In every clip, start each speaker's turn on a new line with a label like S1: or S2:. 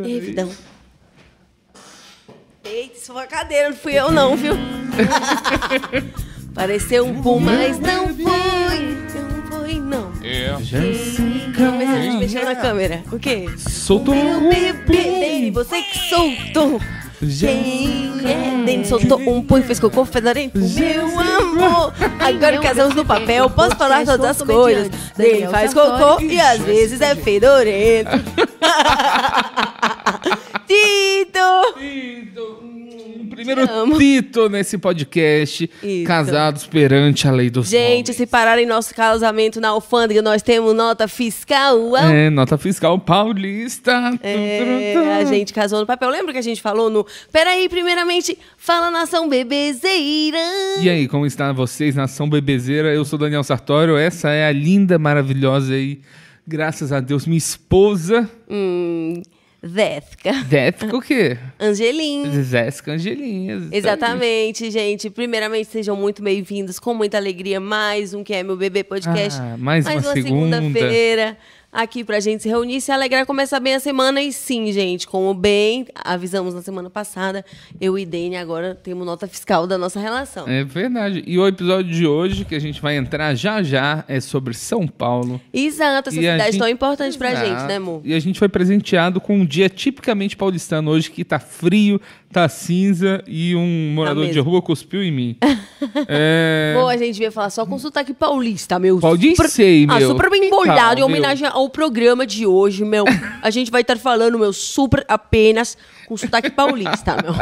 S1: É
S2: Evidão.
S1: Eita, isso foi a cadeira, não fui eu não, viu? Pareceu um pum, mas não foi. Não foi, não.
S3: É.
S1: Vamos ver se a gente mexeu na câmera. O quê?
S3: Soltou
S1: Meu
S3: um
S1: bebê, Dani, você que soltou. Quem é? Dani soltou um punho, fez cocô, fez areia. Meu amor! Agora casamos no papel, posso falar todas as coisas. Dani faz cocô e às vezes é fedorento. Tito!
S3: um primeiro
S1: Te amo.
S3: Tito nesse podcast.
S1: Isso.
S3: Casados perante a lei dos
S1: Gente,
S3: homens.
S1: se pararem nosso casamento na alfândega, nós temos nota fiscal. Uau!
S3: É, nota fiscal paulista.
S1: É, a gente casou no papel. Lembra que a gente falou no. Peraí, primeiramente, fala nação bebezeira.
S3: E aí, como está vocês, nação bebezeira? Eu sou Daniel Sartório, essa é a linda, maravilhosa e, graças a Deus, minha esposa.
S1: Hum, Véfica.
S3: Défica o quê?
S1: Angelim.
S3: Zéssica Angelinha.
S1: Exatamente, gente. Primeiramente, sejam muito bem-vindos, com muita alegria. Mais um que é meu bebê podcast.
S3: Ah, mais uma segunda.
S1: segunda-feira aqui pra gente se reunir, se alegrar, começar bem a semana. E sim, gente, como bem avisamos na semana passada, eu e Dene agora temos nota fiscal da nossa relação.
S3: É verdade. E o episódio de hoje, que a gente vai entrar já já, é sobre São Paulo.
S1: Exato, essa
S3: E a
S1: cidade
S3: gente-
S1: tão importante pra
S3: Exato.
S1: gente, né, amor?
S3: E a gente foi presenteado com um dia tipicamente paulistano hoje, que tá frio, tá cinza e um morador de
S1: Tá mesmo.
S3: rua cuspiu em mim. é...
S1: Ou a gente devia falar só com sotaque paulista, meu.
S3: Paulista, sei,
S1: Ah,
S3: meu.
S1: super bem
S3: Então,
S1: bordado, em
S3: meu.
S1: homenagem ao programa de hoje, meu. A gente vai estar falando, meu, super apenas com sotaque paulista, meu.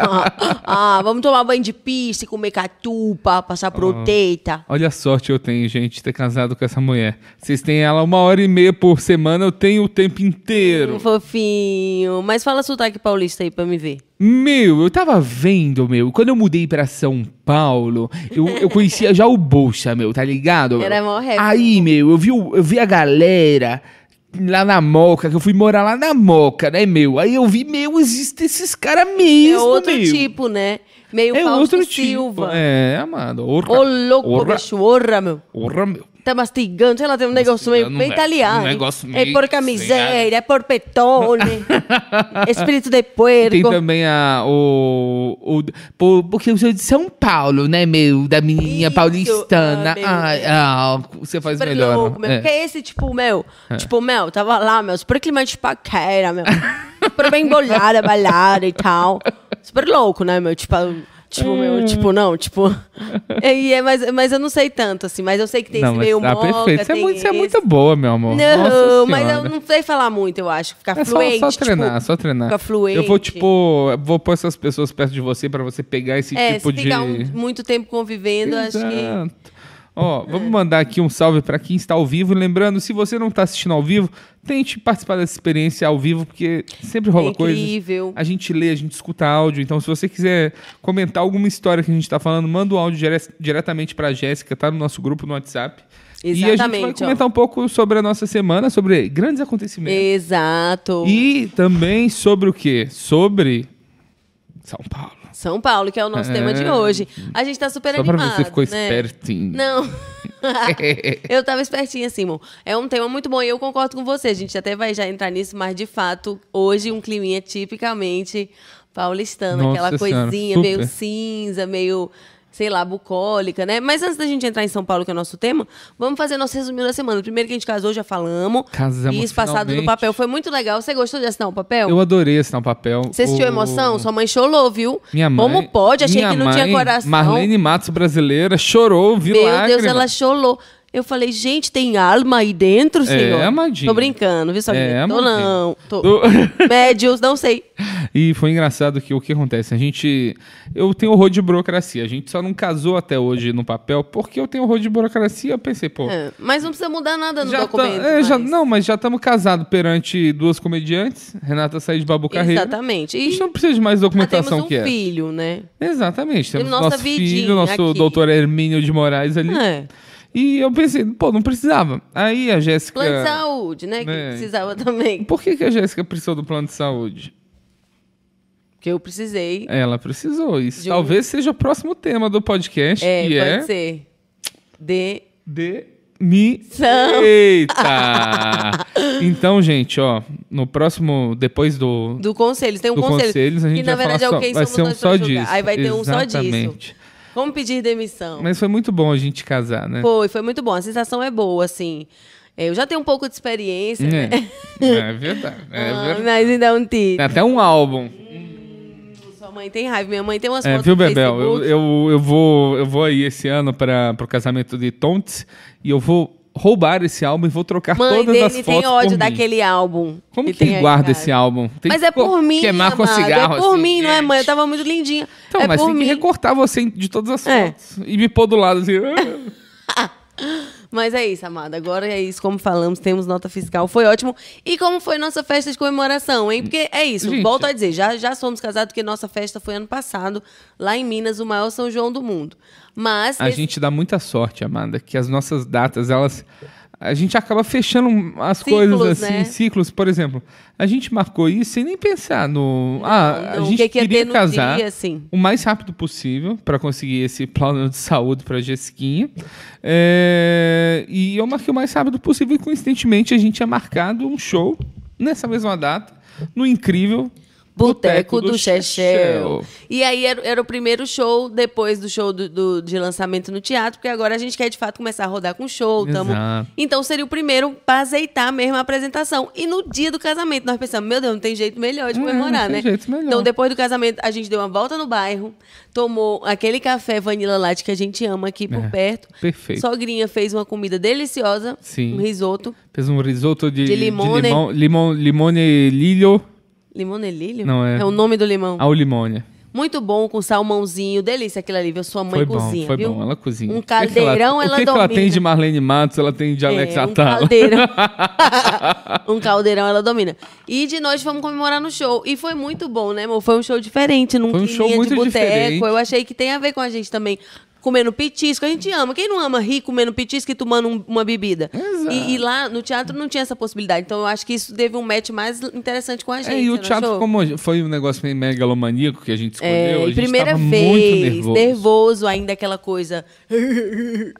S1: Ah, vamos tomar banho de pista, e comer catupa,
S3: Ah.
S1: passar proteita.
S3: Olha a sorte que eu tenho, gente, de ter casado com essa mulher. Vocês têm ela uma hora e meia por semana, eu tenho o tempo inteiro.
S1: Fofinho. Mas fala sotaque paulista aí pra me ver.
S3: Meu, eu tava vendo, meu, quando eu mudei pra São Paulo, eu, eu conhecia já o Bolsa, meu, tá ligado? meu?
S1: Era mó rap.
S3: Aí, meu, eu vi, o- eu vi a galera lá na Moca, que eu fui morar lá na Moca, né, meu? Aí eu vi, meu, existem esses caras mesmo,
S1: É outro
S3: meu.
S1: tipo, né? Meio
S3: É
S1: Fausto
S3: outro tipo.
S1: Silva.
S3: É, amado. Orra,
S1: Ô, louco,
S3: orra,
S1: bicho, orra, meu.
S3: orra, meu.
S1: Tá mastigando, sei lá, tem um negócio meio,
S3: mastigando,
S1: meio
S3: velho.
S1: italiano.
S3: Um negócio
S1: É
S3: meio
S1: porca miséria, é porpetone, espírito de
S3: Tem
S1: puerco.
S3: também a. O, o- pô, porque eu sou de São Paulo, né, meu? Da menininha
S1: Isso,
S3: paulistana.
S1: ah, meu.
S3: Ai, ah, você faz
S1: Super
S3: melhor.
S1: louco, meu.
S3: é.
S1: Porque esse, tipo, meu, tipo, meu, tava lá, meu, super clima de paquera, meu. super bem bolada, balada e tal. Super louco, né, meu? Tipo, tipo, meu, tipo, não, tipo. E é, mas, mas eu não sei tanto, assim, mas eu sei que tem esse meio
S3: tá
S1: moca,
S3: perfeito. Você é,
S1: tem
S3: muito, você é
S1: esse-
S3: muito boa, meu amor.
S1: Não,
S3: Nossa
S1: mas eu
S3: Senhora.
S1: não sei falar muito, eu acho. Ficar
S3: É só,
S1: fluente.
S3: só treinar,
S1: tipo,
S3: só treinar.
S1: ficar fluente.
S3: Eu vou, tipo, vou pôr essas pessoas perto de você pra você pegar esse
S1: É,
S3: tipo
S1: se
S3: de.
S1: ficar um- muito tempo convivendo, acho que. é
S3: Exato. Ó, vamos mandar aqui um salve pra quem está ao vivo. Lembrando, se você não está assistindo ao vivo, tente participar dessa experiência ao vivo, porque sempre rola
S1: É
S3: coisas. assim
S1: incrível.
S3: A gente lê, a gente escuta áudio. Então, se você quiser comentar alguma história que a gente está falando, manda o áudio dire- diretamente pra Jéssica, tá no nosso grupo no WhatsApp. E a gente vai
S1: Exatamente, ó.
S3: comentar um pouco sobre a nossa semana, sobre grandes acontecimentos.
S1: Exato.
S3: E também sobre o quê? Sobre São Paulo.
S1: São Paulo, que é o nosso tema de hoje. A gente tá super
S3: Só pra
S1: animado.
S3: ver se você ficou
S1: né?
S3: espertinho.
S1: Não. eu tava espertinha, assim, Simon. É um tema muito bom e eu concordo com você. A gente até vai já entrar nisso, mas de fato, hoje um climinha tipicamente paulistano,
S3: Nossa
S1: aquela
S3: Senhora,
S1: coisinha
S3: super.
S1: meio cinza, meio, sei lá, bucólica, né? Mas antes da gente entrar em São Paulo, que é o nosso tema, vamos fazer nosso resumo da semana. Primeiro que a gente casou, já falamos.
S3: Casamos
S1: E isso passado no
S3: finalmente.
S1: papel foi muito legal. Você gostou de assinar o papel?
S3: Eu adorei assinar o papel.
S1: Você sentiu
S3: O-
S1: emoção? Sua mãe chorou, viu?
S3: Minha mãe.
S1: Como pode? Achei
S3: minha
S1: que não tinha
S3: mãe,
S1: coração.
S3: Marlene Matos brasileira chorou, viu
S1: Meu
S3: lágrimas.
S1: Deus, ela chorou. Eu falei, gente, tem alma aí dentro, senhor?
S3: É, amadinha.
S1: Tô brincando, viu, só
S3: É,
S1: Tô
S3: amadinha.
S1: não. Tô...
S3: Do-
S1: Médios, não sei.
S3: E foi engraçado que o que acontece? A gente. Eu tenho horror de burocracia. A gente só não casou até hoje no papel porque eu tenho horror de burocracia. Eu pensei, pô.
S1: É, mas não precisa mudar nada no
S3: Já tá-
S1: documento.
S3: é, já-
S1: mas-
S3: não, mas já estamos casados perante duas comediantes, Renata Said e Babu Carreira.
S1: Exatamente.
S3: A
S1: E
S3: gente não precisa de mais
S1: já temos
S3: documentação
S1: um
S3: que é.
S1: filho, né?
S3: Exatamente. Temos
S1: Temos nossa
S3: nosso filho,
S1: vidinha
S3: nosso
S1: aqui.
S3: doutor Hermínio de Moraes ali.
S1: É.
S3: E eu pensei, pô, não precisava. Aí a Jéssica.
S1: Plano de saúde, né? Que
S3: É.
S1: precisava também.
S3: Por que, que a Jéssica precisou do plano de saúde?
S1: Que eu precisei.
S3: Ela precisou. Isso
S1: De um-
S3: talvez seja o próximo tema do podcast,
S1: É,
S3: que
S1: pode
S3: é
S1: ser. É, De
S3: de Me.
S1: São.
S3: Eita! então, gente, ó, no próximo, depois do.
S1: Do conselho. Tem um
S3: do
S1: conselho.
S3: Conselhos, a gente
S1: que na
S3: vai falar
S1: verdade é
S3: só-
S1: o quem
S3: vai
S1: somos
S3: ser um
S1: nós
S3: só
S1: pra
S3: disso.
S1: julgar. Aí vai ter um só disso.
S3: Exatamente.
S1: Como pedir demissão.
S3: Mas foi muito bom a gente casar, né?
S1: Foi, foi muito bom. A sensação é boa, assim. Eu já tenho um pouco de experiência, né?
S3: É, é verdade. É
S1: Ah,
S3: verdade.
S1: mas ainda é um
S3: Tem
S1: tiro.
S3: até um álbum.
S1: Sua mãe tem raiva. Minha mãe tem umas
S3: É,
S1: fotos
S3: viu,
S1: no
S3: Bebel? Eu,
S1: Facebook.
S3: eu, eu, vou, eu vou aí esse ano para o casamento de Tontes e eu vou roubar esse álbum e vou trocar
S1: Mãe
S3: todas as fotos
S1: dele tem
S3: por
S1: ódio
S3: mim.
S1: daquele álbum.
S3: Como que
S1: tem
S3: ele
S1: aí,
S3: guarda
S1: cara.
S3: esse álbum? Tem
S1: Mas
S3: que
S1: é
S3: co-
S1: por mim,
S3: Queimar com
S1: amado.
S3: cigarro.
S1: É por
S3: assim,
S1: mim, não é,
S3: gente.
S1: mãe? Eu tava muito lindinha.
S3: Então,
S1: é
S3: mas
S1: por
S3: tem
S1: mim.
S3: que recortar você em- de todas as
S1: É.
S3: fotos. E me pôr do lado assim. ah.
S1: Mas é isso, amada. Agora é isso. Como falamos, temos nota fiscal. Foi ótimo. E como foi nossa festa de comemoração, hein? Porque é isso.
S3: Gente.
S1: Volto a dizer, já, já somos casados, porque nossa festa foi ano passado, lá em Minas, o maior São João do mundo. Mas.
S3: A
S1: esse-
S3: gente dá muita sorte, Amanda, que as nossas datas, elas. A gente acaba fechando as
S1: Ciclos,
S3: coisas assim,
S1: né?
S3: ciclos. Por exemplo, a gente marcou isso sem nem pensar no. ah, a
S1: não, o
S3: gente
S1: que que ia
S3: queria
S1: ter no
S3: casar
S1: dia, assim.
S3: o mais rápido possível para conseguir esse plano de saúde para Jessiquinha. É, E eu marquei o mais rápido possível e, coincidentemente, a gente tinha marcado um show nessa mesma data, no incrível.
S1: Boteco do Chechel.
S3: Chechel.
S1: E aí era, era o primeiro show, depois do show do, do- de lançamento no teatro, porque agora a gente quer de fato começar a rodar com show. Tamo...
S3: Exato.
S1: Então seria o primeiro pra azeitar mesmo a apresentação. E no dia do casamento, nós pensamos, meu Deus, não tem jeito melhor de
S3: É,
S1: comemorar,
S3: não tem
S1: né?
S3: jeito melhor.
S1: Então depois do casamento, a gente deu uma volta no bairro, tomou aquele café Vanilla Latte que a gente ama aqui por
S3: É,
S1: perto.
S3: perfeito.
S1: Sogrinha fez uma comida deliciosa,
S3: Sim.
S1: um risoto,
S3: Fez um risoto de,
S1: De limone.
S3: limão, limão, limone lilho
S1: limonelilho.
S3: Não, é-
S1: é o nome do limão.
S3: ao limone.
S1: Muito bom, com salmãozinho, delícia aquilo ali, viu? Sua mãe
S3: Foi bom,
S1: cozinha,
S3: foi
S1: viu?
S3: bom. Ela cozinha.
S1: Um
S3: O que é que
S1: caldeirão,
S3: ela,
S1: ela
S3: O que, que ela
S1: domina.
S3: tem de Marlene Matos, ela tem de Alex
S1: É, um
S3: Atala.
S1: caldeirão. um caldeirão ela domina. E de noite fomos comemorar no show. E foi muito bom, né, amor? Foi um show diferente, num
S3: Foi um show
S1: climinha
S3: muito
S1: de boteco.
S3: diferente.
S1: Eu achei que tem a ver com a gente também. Comendo petisco, a gente ama. Quem não ama rir comendo petisco e tomando um- uma bebida?
S3: Exato.
S1: E, e lá no teatro não tinha essa possibilidade. Então eu acho que isso teve um match mais interessante com a gente. né,
S3: É, e o
S1: você não
S3: teatro,
S1: achou?
S3: como foi um negócio meio megalomaníaco que a gente escolheu,
S1: É,
S3: a
S1: e
S3: gente
S1: primeira
S3: tava
S1: vez,
S3: muito nervoso.
S1: nervoso ainda aquela coisa.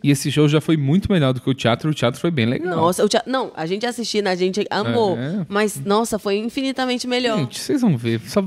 S3: E esse show já foi muito melhor do que o teatro, o teatro foi bem legal.
S1: Nossa, o tea- não, a gente assistindo, a gente amou.
S3: É.
S1: Mas, nossa, foi infinitamente melhor.
S3: Gente, vocês vão ver. só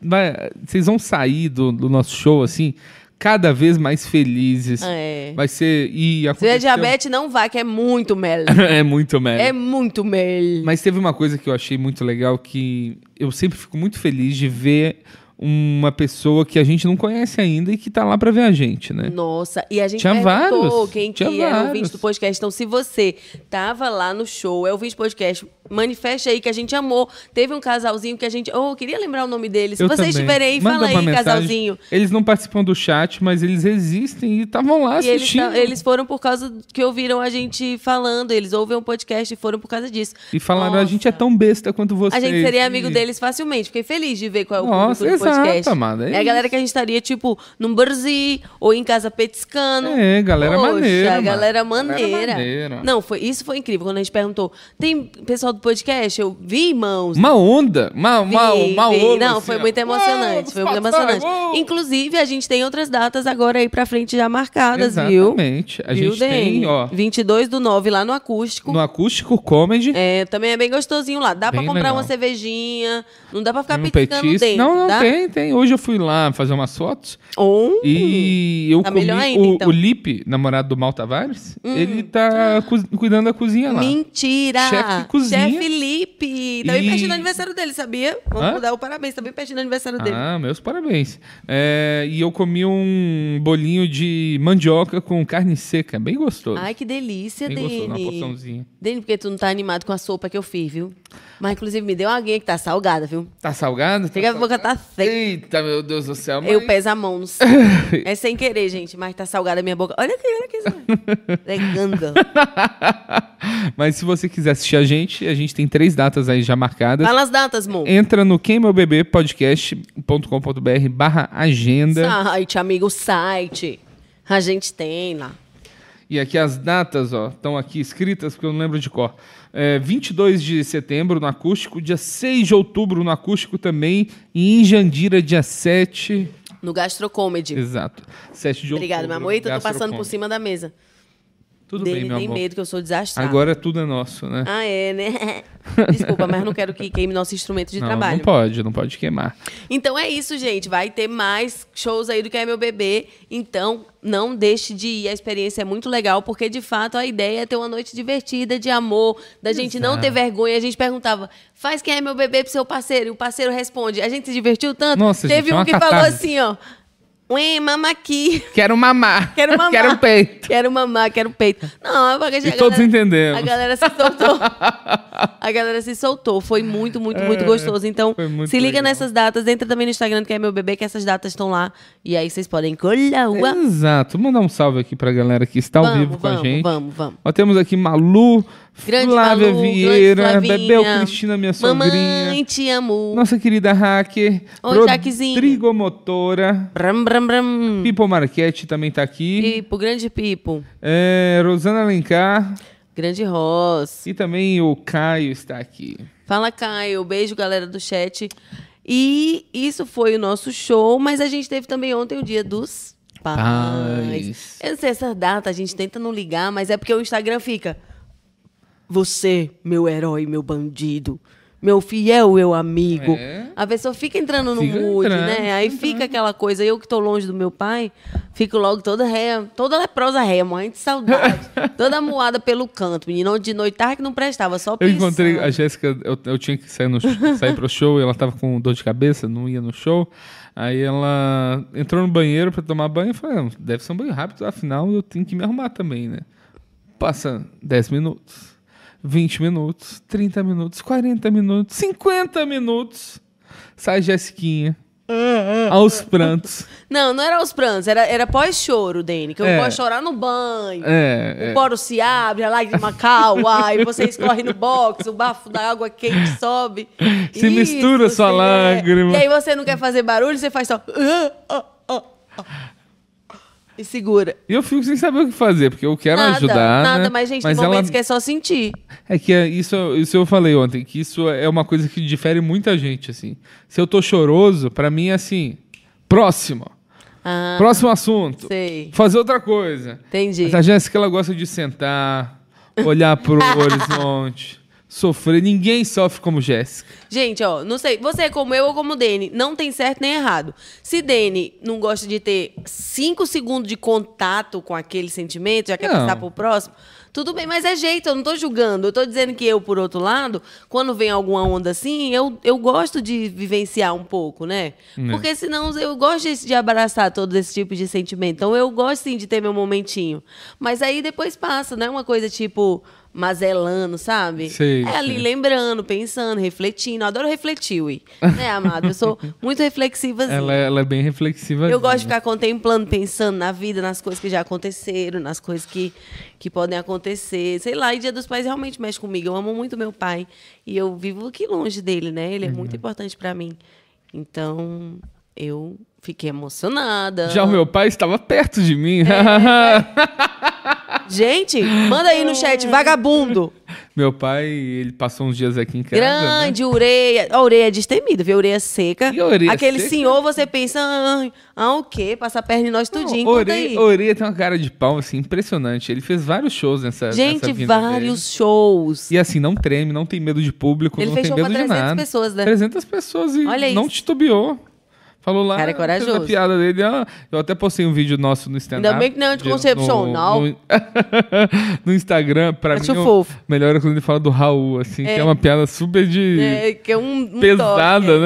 S3: vai- vocês vão sair do, do nosso show, assim, cada vez mais felizes.
S1: É.
S3: Vai ser... E
S1: Se é
S3: aconteceu-
S1: diabetes, não vai, que é muito mel.
S3: é muito mel.
S1: é muito mel.
S3: Mas teve uma coisa que eu achei muito legal que eu sempre fico muito feliz de ver uma pessoa que a gente não conhece ainda e que tá lá pra ver a gente, né?
S1: Nossa, e a gente
S3: Tinha
S1: perguntou
S3: vários,
S1: quem que
S3: tinha
S1: era
S3: vários.
S1: ouvinte do podcast. Então, se você tava lá no show, é ouvinte do podcast, manifeste aí que a gente amou. Teve um casalzinho que a gente... Oh, eu queria lembrar o nome dele. Se
S3: Eu
S1: vocês
S3: também.
S1: estiverem aí,
S3: Manda
S1: fala aí,
S3: uma mensagem.
S1: casalzinho.
S3: Eles não participam do chat, mas eles existem e estavam lá
S1: E eles,
S3: Tá assistindo.
S1: ta- eles foram por causa que ouviram a gente falando. Eles ouvem um podcast e foram por causa disso.
S3: E falaram, a gente é
S1: Nossa.
S3: tão besta quanto vocês.
S1: A gente seria
S3: E-
S1: amigo deles facilmente. Fiquei feliz de ver qual é o
S3: Nossa,
S1: público do
S3: exato,
S1: podcast.
S3: amada, é
S1: É a galera que a gente estaria, tipo, num barzinho ou em casa petiscando.
S3: É, galera
S1: Poxa,
S3: maneira, mano.
S1: galera
S3: Galera
S1: maneira.
S3: maneira.
S1: Não, foi, isso foi incrível. Quando a gente perguntou, tem pessoal do podcast? Eu vi, irmãos.
S3: Uma onda, uma, uma,
S1: Vi,
S3: uma
S1: vi.
S3: onda.
S1: Não,
S3: assim,
S1: foi
S3: ó.
S1: muito emocionante.
S3: Uou,
S1: foi muito
S3: passar,
S1: emocionante.
S3: uou.
S1: Inclusive, a gente tem outras datas agora aí pra frente já marcadas, viu?
S3: Exatamente. A
S1: viu,
S3: gente tem,
S1: Dene?
S3: ó,
S1: 22 do 9 lá no acústico.
S3: no Acústico Comedy.
S1: É, também é bem gostosinho lá. Dá
S3: Bem
S1: pra comprar
S3: legal.
S1: uma cervejinha. Não dá pra ficar
S3: tem um
S1: petiscando
S3: petisco.
S1: dentro,
S3: não, não,
S1: tá?
S3: tem, tem. Hoje eu fui lá fazer umas fotos.
S1: Ou-
S3: E eu
S1: Tá
S3: comi
S1: melhor ainda,
S3: o,
S1: então. Hum.
S3: o
S1: Ah.
S3: Lipe, namorado do Mal Tavares, ele tá cu- cuidando da cozinha lá.
S1: Mentira!
S3: Chefe de cozinha.
S1: Chefe Felipe! Tá bem
S3: E-
S1: pertinho do aniversário dele, sabia? Vamos
S3: Hã?
S1: dar o parabéns, tá bem pertinho do aniversário dele.
S3: Ah, meus parabéns. É, e eu comi um bolinho de mandioca com carne seca, É bem gostoso.
S1: Ai, que delícia,
S3: bem gostoso, uma
S1: Dene.
S3: porçãozinha.
S1: Dene, porque tu não tá animado com a sopa que eu fiz, viu? Mas, inclusive, me deu alguém que tá salgada, viu?
S3: Tá salgado? Tá
S1: Chega a
S3: salgado?
S1: boca tá seca.
S3: Eita, meu Deus do céu. mas-
S1: Eu peso a mão. no céu. é sem querer, gente, mas tá salgada a minha boca. Olha aqui, olha aqui. isso. É Leganda.
S3: Mas se você quiser assistir a gente, a gente tem três datas aí já marcadas.
S1: Fala as datas, mon.
S3: Entra no quemmeubebepodcast.com.br barra agenda.
S1: Site, amigo, site. A gente tem lá.
S3: E aqui as datas, ó, estão aqui escritas, porque eu não lembro de cor. É, 22 de setembro no acústico, dia 6 de outubro no acústico também, e em Jandira, dia 7.
S1: No Gastro Comedy.
S3: Exato. 7 de outubro.
S1: Obrigada, meu amor. Eita, eu tô
S3: Gastro
S1: passando por
S3: Comedy.
S1: cima da mesa.
S3: Tudo
S1: dele,
S3: bem, meu
S1: tem
S3: amor.
S1: medo que eu sou desastrada.
S3: Agora tudo é nosso, né?
S1: Ah, é, né? Desculpa, mas não quero que queime nosso instrumento de
S3: não,
S1: trabalho.
S3: não pode, não pode queimar.
S1: Então é isso, gente. Vai ter mais shows aí do que é meu bebê. Então não deixe de ir. A experiência é muito legal, porque de fato a ideia é ter uma noite divertida, de amor, da gente não ter vergonha. A gente perguntava, faz quem é meu bebê pro seu parceiro? E o parceiro responde, a gente se divertiu tanto.
S3: Nossa,
S1: Teve
S3: gente, é
S1: um
S3: uma
S1: que falou
S3: catarse.
S1: assim, ó. Ué, mama aqui.
S3: Quero mamar.
S1: Quero mamar.
S3: Quero um peito.
S1: Quero mamar, quero peito. Não, é porque a
S3: E todos entendemos.
S1: A galera se soltou. a galera se soltou. Foi muito, muito, muito
S3: É,
S1: gostoso. Então,
S3: foi muito
S1: se liga
S3: legal.
S1: nessas datas. Entra também no Instagram do que é meu bebê, que essas datas estão lá. E aí vocês podem colar. Uau.
S3: Exato. Mandar um salve aqui pra galera que está Tá ao
S1: Vamos,
S3: vivo com
S1: vamos,
S3: a gente.
S1: vamos, vamos.
S3: Nós temos aqui Malu,
S1: Grande
S3: Flávia
S1: Malu,
S3: Vieira,
S1: grande Flavinha.
S3: Bebel Cristina, minha
S1: Mamãe,
S3: sogrinha.
S1: te amo.
S3: Nossa querida hacker.
S1: Oi,
S3: Rod-
S1: Jaquezinho. Hum.
S3: Trigomotora.
S1: Bram, bram, bram.
S3: Pipo Marquete também tá aqui.
S1: Pipo, grande Pipo.
S3: É, Rosana Alencar.
S1: Grande Ross.
S3: E também o Caio está aqui.
S1: Fala, Caio. Beijo, galera do chat. E isso foi o nosso show, mas a gente teve também ontem o dia dos pais.
S3: Pais.
S1: Eu não sei essa data, a gente tenta não ligar, mas é porque o Instagram fica. Você, meu herói, meu bandido, meu fiel, meu amigo.
S3: É.
S1: A pessoa fica entrando no
S3: Fica
S1: mood,
S3: entrando, Uhum.
S1: né? Aí fica aquela coisa, eu que tô longe do meu pai, fico logo toda ré, toda leprosa ré, mãe de saudade. toda moada pelo canto, menino. De noite tava que não prestava, só
S3: Eu
S1: pensando.
S3: encontrei a Jéssica, eu, eu tinha que sair, no, sair pro show e ela tava com dor de cabeça, não ia no show. Aí ela entrou no banheiro pra tomar banho e falei, "Ah, deve ser um banho rápido, afinal eu tenho que me arrumar também, né? Passa 10 minutos, 20 minutos, 30 minutos, 40 minutos, 50 minutos. Sai a Jéssiquinha.
S1: Ah,
S3: Aos prantos.
S1: Não, não era aos prantos, era, era pós-choro, Dani, que eu
S3: É.
S1: posso chorar no banho.
S3: É,
S1: O
S3: é.
S1: poro se abre, a lágrima calma, e você escorre no box, o bafo da água quente sobe.
S3: Se mistura sua
S1: sim, é.
S3: lágrima.
S1: E aí você não quer fazer barulho, você faz só. "Ah, ah, ah, ah", E segura.
S3: E eu fico sem saber o que fazer, porque eu quero
S1: nada,
S3: ajudar.
S1: nada,
S3: né?
S1: mas gente,
S3: mas
S1: tem
S3: ela
S1: momentos que é só sentir.
S3: É que é- isso, isso eu falei ontem, que isso é uma coisa que difere muita gente, assim. Se eu tô choroso, pra mim é assim, próximo,
S1: Ah,
S3: próximo assunto,
S1: sei.
S3: fazer outra coisa.
S1: Entendi.
S3: Mas a Jéssica, ela gosta de sentar, olhar pro horizonte, sofrer. Ninguém sofre como Jéssica.
S1: Gente, ó, não sei, você é como eu ou como o Dene, não tem certo nem errado. Se Dene não gosta de ter cinco segundos de contato com aquele sentimento, já quer
S3: Não.
S1: passar pro próximo, tudo bem, mas é jeito, eu não tô julgando. Eu tô dizendo que eu, por outro lado, quando vem alguma onda assim, eu, eu gosto de vivenciar um pouco, né? Porque senão eu gosto de, de abraçar todo esse tipo de sentimento. Então eu gosto sim de ter meu momentinho. Mas aí depois passa, não é uma coisa tipo mazelando, sabe?
S3: Sei,
S1: é ali
S3: sei.
S1: lembrando, pensando, refletindo. Eu adoro refletir, ui. Né, amado? Eu sou muito reflexiva.
S3: Ela, é- ela é bem reflexiva.
S1: Eu gosto de ficar contemplando, pensando na vida, nas coisas que já aconteceram, nas coisas que, que podem acontecer. Sei lá, e Dia dos Pais realmente mexe comigo. Eu amo muito meu pai. E eu vivo aqui longe dele, né? Ele é
S3: Uhum.
S1: muito importante pra mim. Então, eu fiquei emocionada.
S3: Já o meu pai estava perto de mim.
S1: É, Gente, manda aí no chat, vagabundo.
S3: meu pai, ele passou uns dias aqui em casa. né?
S1: Grande, ureia. A ureia é destemida, viu? Ureia seca.
S3: E a orelha
S1: Aquele
S3: seca?
S1: senhor, você pensa, ah, ah, o quê? Passa a perna em nós tudinho.
S3: Não,
S1: Conta aí.
S3: Orelha, Orelha tem uma cara de pau, assim, impressionante. Ele fez vários shows nessa nessa
S1: Gente,
S3: vinda
S1: vários shows.
S3: dele. E assim, não treme, não tem medo de público,
S1: Ele
S3: não
S1: fez
S3: tem
S1: show
S3: medo
S1: pra
S3: de
S1: 300
S3: nada.
S1: pessoas, né?
S3: 300 pessoas e
S1: Olha
S3: não
S1: isso.
S3: titubeou. Falou lá,
S1: Cara
S3: fez
S1: é
S3: a
S1: corajoso.
S3: piada dele. ó, eu até postei um vídeo nosso no Instagram.
S1: Ainda bem que não é anticoncepcional.
S3: No, no, no Instagram, pra
S1: Acho
S3: mim, o
S1: fofo.
S3: melhor é quando ele fala do Raul, assim,
S1: É.
S3: que é uma piada super de...
S1: É, que é um, um
S3: Pesada,
S1: toque.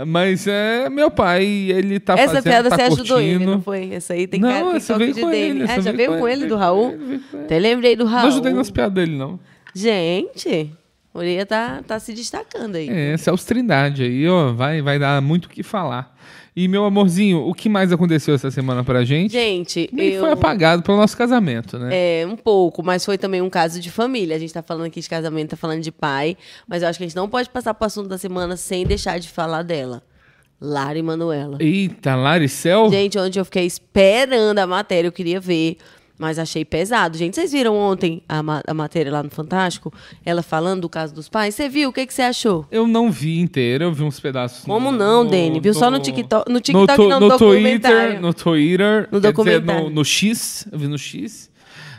S3: né? Mas é meu pai, ele tá
S1: Essa
S3: fazendo,
S1: piada
S3: tá
S1: você
S3: curtindo.
S1: ajudou ele, não foi? Essa aí tem
S3: Não,
S1: cara tem
S3: essa
S1: toque
S3: veio
S1: de
S3: com ele,
S1: dele. É,
S3: essa
S1: já
S3: veio
S1: veio
S3: com
S1: com ele
S3: ele,
S1: do
S3: veio
S1: Raul?
S3: com ele, veio com ele.
S1: Até lembrei do Raul.
S3: Não ajudei nas piadas dele, não.
S1: Gente, a orelha tá, tá se destacando aí.
S3: É, Celso Trindade aí, ó, vai, vai dar muito o que falar. E, meu amorzinho, o que mais aconteceu essa semana pra gente?
S1: Gente,
S3: Nem
S1: eu...
S3: foi apagado pelo nosso casamento, né?
S1: É, um pouco, mas foi também um caso de família. A gente tá falando aqui de casamento, tá falando de pai, mas eu acho que a gente não pode passar pro assunto da semana sem deixar de falar dela. Lara e Manuela.
S3: Eita, Laricel?
S1: Gente, ontem eu fiquei esperando a matéria, eu queria ver, mas achei pesado. Gente, vocês viram ontem a, ma- a matéria lá no Fantástico? Ela falando do caso dos pais? Você viu? O que, que você achou?
S3: Eu não vi inteiro, eu vi uns pedaços. no-
S1: Como não,
S3: no-
S1: Dene? Viu só no TikTok- no TikTok,
S3: to-
S1: não,
S3: no
S1: documentário.
S3: Twitter, no Twitter,
S1: No
S3: quer dizer,
S1: documentário.
S3: no, no X, eu vi no X.